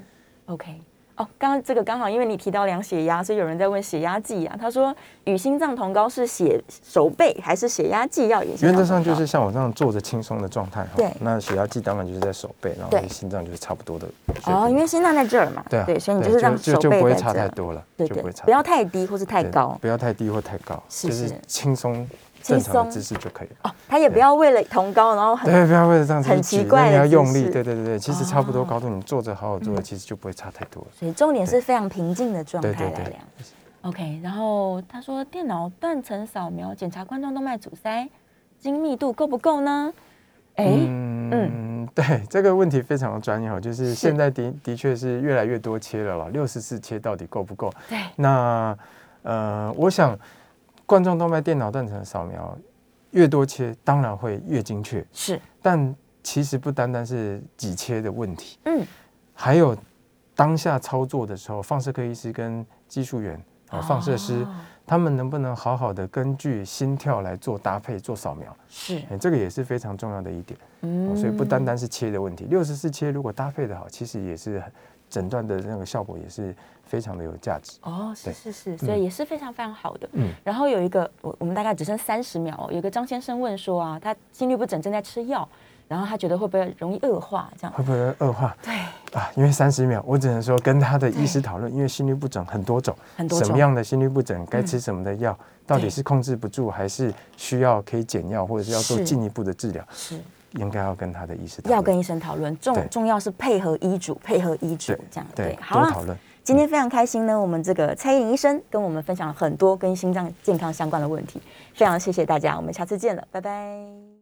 B: ，OK。哦，刚刚这个刚好，因为你提到量血压，所以有人在问血压计啊。他说与心脏同高是血手背还是血压计要与心脏
C: 原则上
B: 同
C: 就
B: 高
C: 是像我这样坐着轻松的状态哈，
B: 对
C: 那血压计当然就是在手背，然
B: 对
C: 后心脏就是差不多的水平
B: 哦，因为心脏在这儿嘛，
C: 对啊，
B: 所以你就是让
C: 就
B: 手
C: 就就
B: 背
C: 不会
B: 在
C: 差
B: 这
C: 太
B: 儿，
C: 多了，
B: 对
C: 就不
B: 对
C: 会，差
B: 不要
C: 太
B: 太低或是太
C: 对
B: 高
C: 不要太低或太高，
B: 是
C: 就是
B: 是
C: 轻松
B: 轻
C: 正常
B: 松
C: 的姿势就可以了。
B: 哦。他也不要为了同高，然后很
C: 对，不要为了这样子
B: 很
C: 一举
B: 奇怪
C: 那你
B: 的
C: 要
B: 姿
C: 用力。
B: 势
C: 对对对对，其实差不
B: 哦
C: 多高度，你坐着好好坐着，其实就不会差太多了。
B: 所以重点是非常平静的状
C: 对
B: 态
C: 对
B: 来
C: 对
B: 量。，OK，然后他说电脑断层扫描检查冠状动脉阻塞，精密度够不够呢？哎、
C: 嗯， 对，这个问题非常的专业哦，就是
B: 是
C: 现在的的确是越来越多切了啦，六十次切到底够不够？
B: 对，
C: 那呃，我想冠状动脉电脑断层扫描越多切，当然会越精确，
B: 是，
C: 但其实不单单是几切的问题，
B: 嗯，
C: 还有当下操作的时候，放射科医师跟技术员啊、放射师，
B: 哦
C: 他们能不能好好的根据心跳来做搭配、做扫描？
B: 是，
C: 哎，这个也是非常重要的一点。
B: 嗯
C: 哦所以不单单是切的问题，六十四切如果搭配的好，其实也是很诊断的那个效果也是非常的有价值。
B: 哦，是
C: 对
B: 是是，所以也是非常非常好的。
C: 嗯
B: 然后有一个，我我们大概只剩三十秒哦、有一个张先生问说啊，他心律不整，正在吃药，然后他觉得会不会容易恶化这样？
C: 会不会恶化
B: 对，
C: 啊？因为三十秒，我只能说跟他的医师讨论，因为心律不整很多种，
B: 很多
C: 什
B: 种嗯
C: 么样的心律不整，该吃什么的药，到底是控制不住，还是需要可以减药，或者是要做
B: 是
C: 进一步的治疗，
B: 是
C: 应该要跟他的医师讨论。
B: 要跟医生讨论，重
C: 对
B: 重要是配合医嘱，配合医嘱
C: 对
B: 这样。
C: 对
B: 好啊
C: 多讨
B: 了。
C: 论。嗯
B: 今天非常开心呢，我们这个蔡依林医生跟我们分享了很多跟心脏健康相关的问题，非常谢谢大家，我们下次见了，拜拜。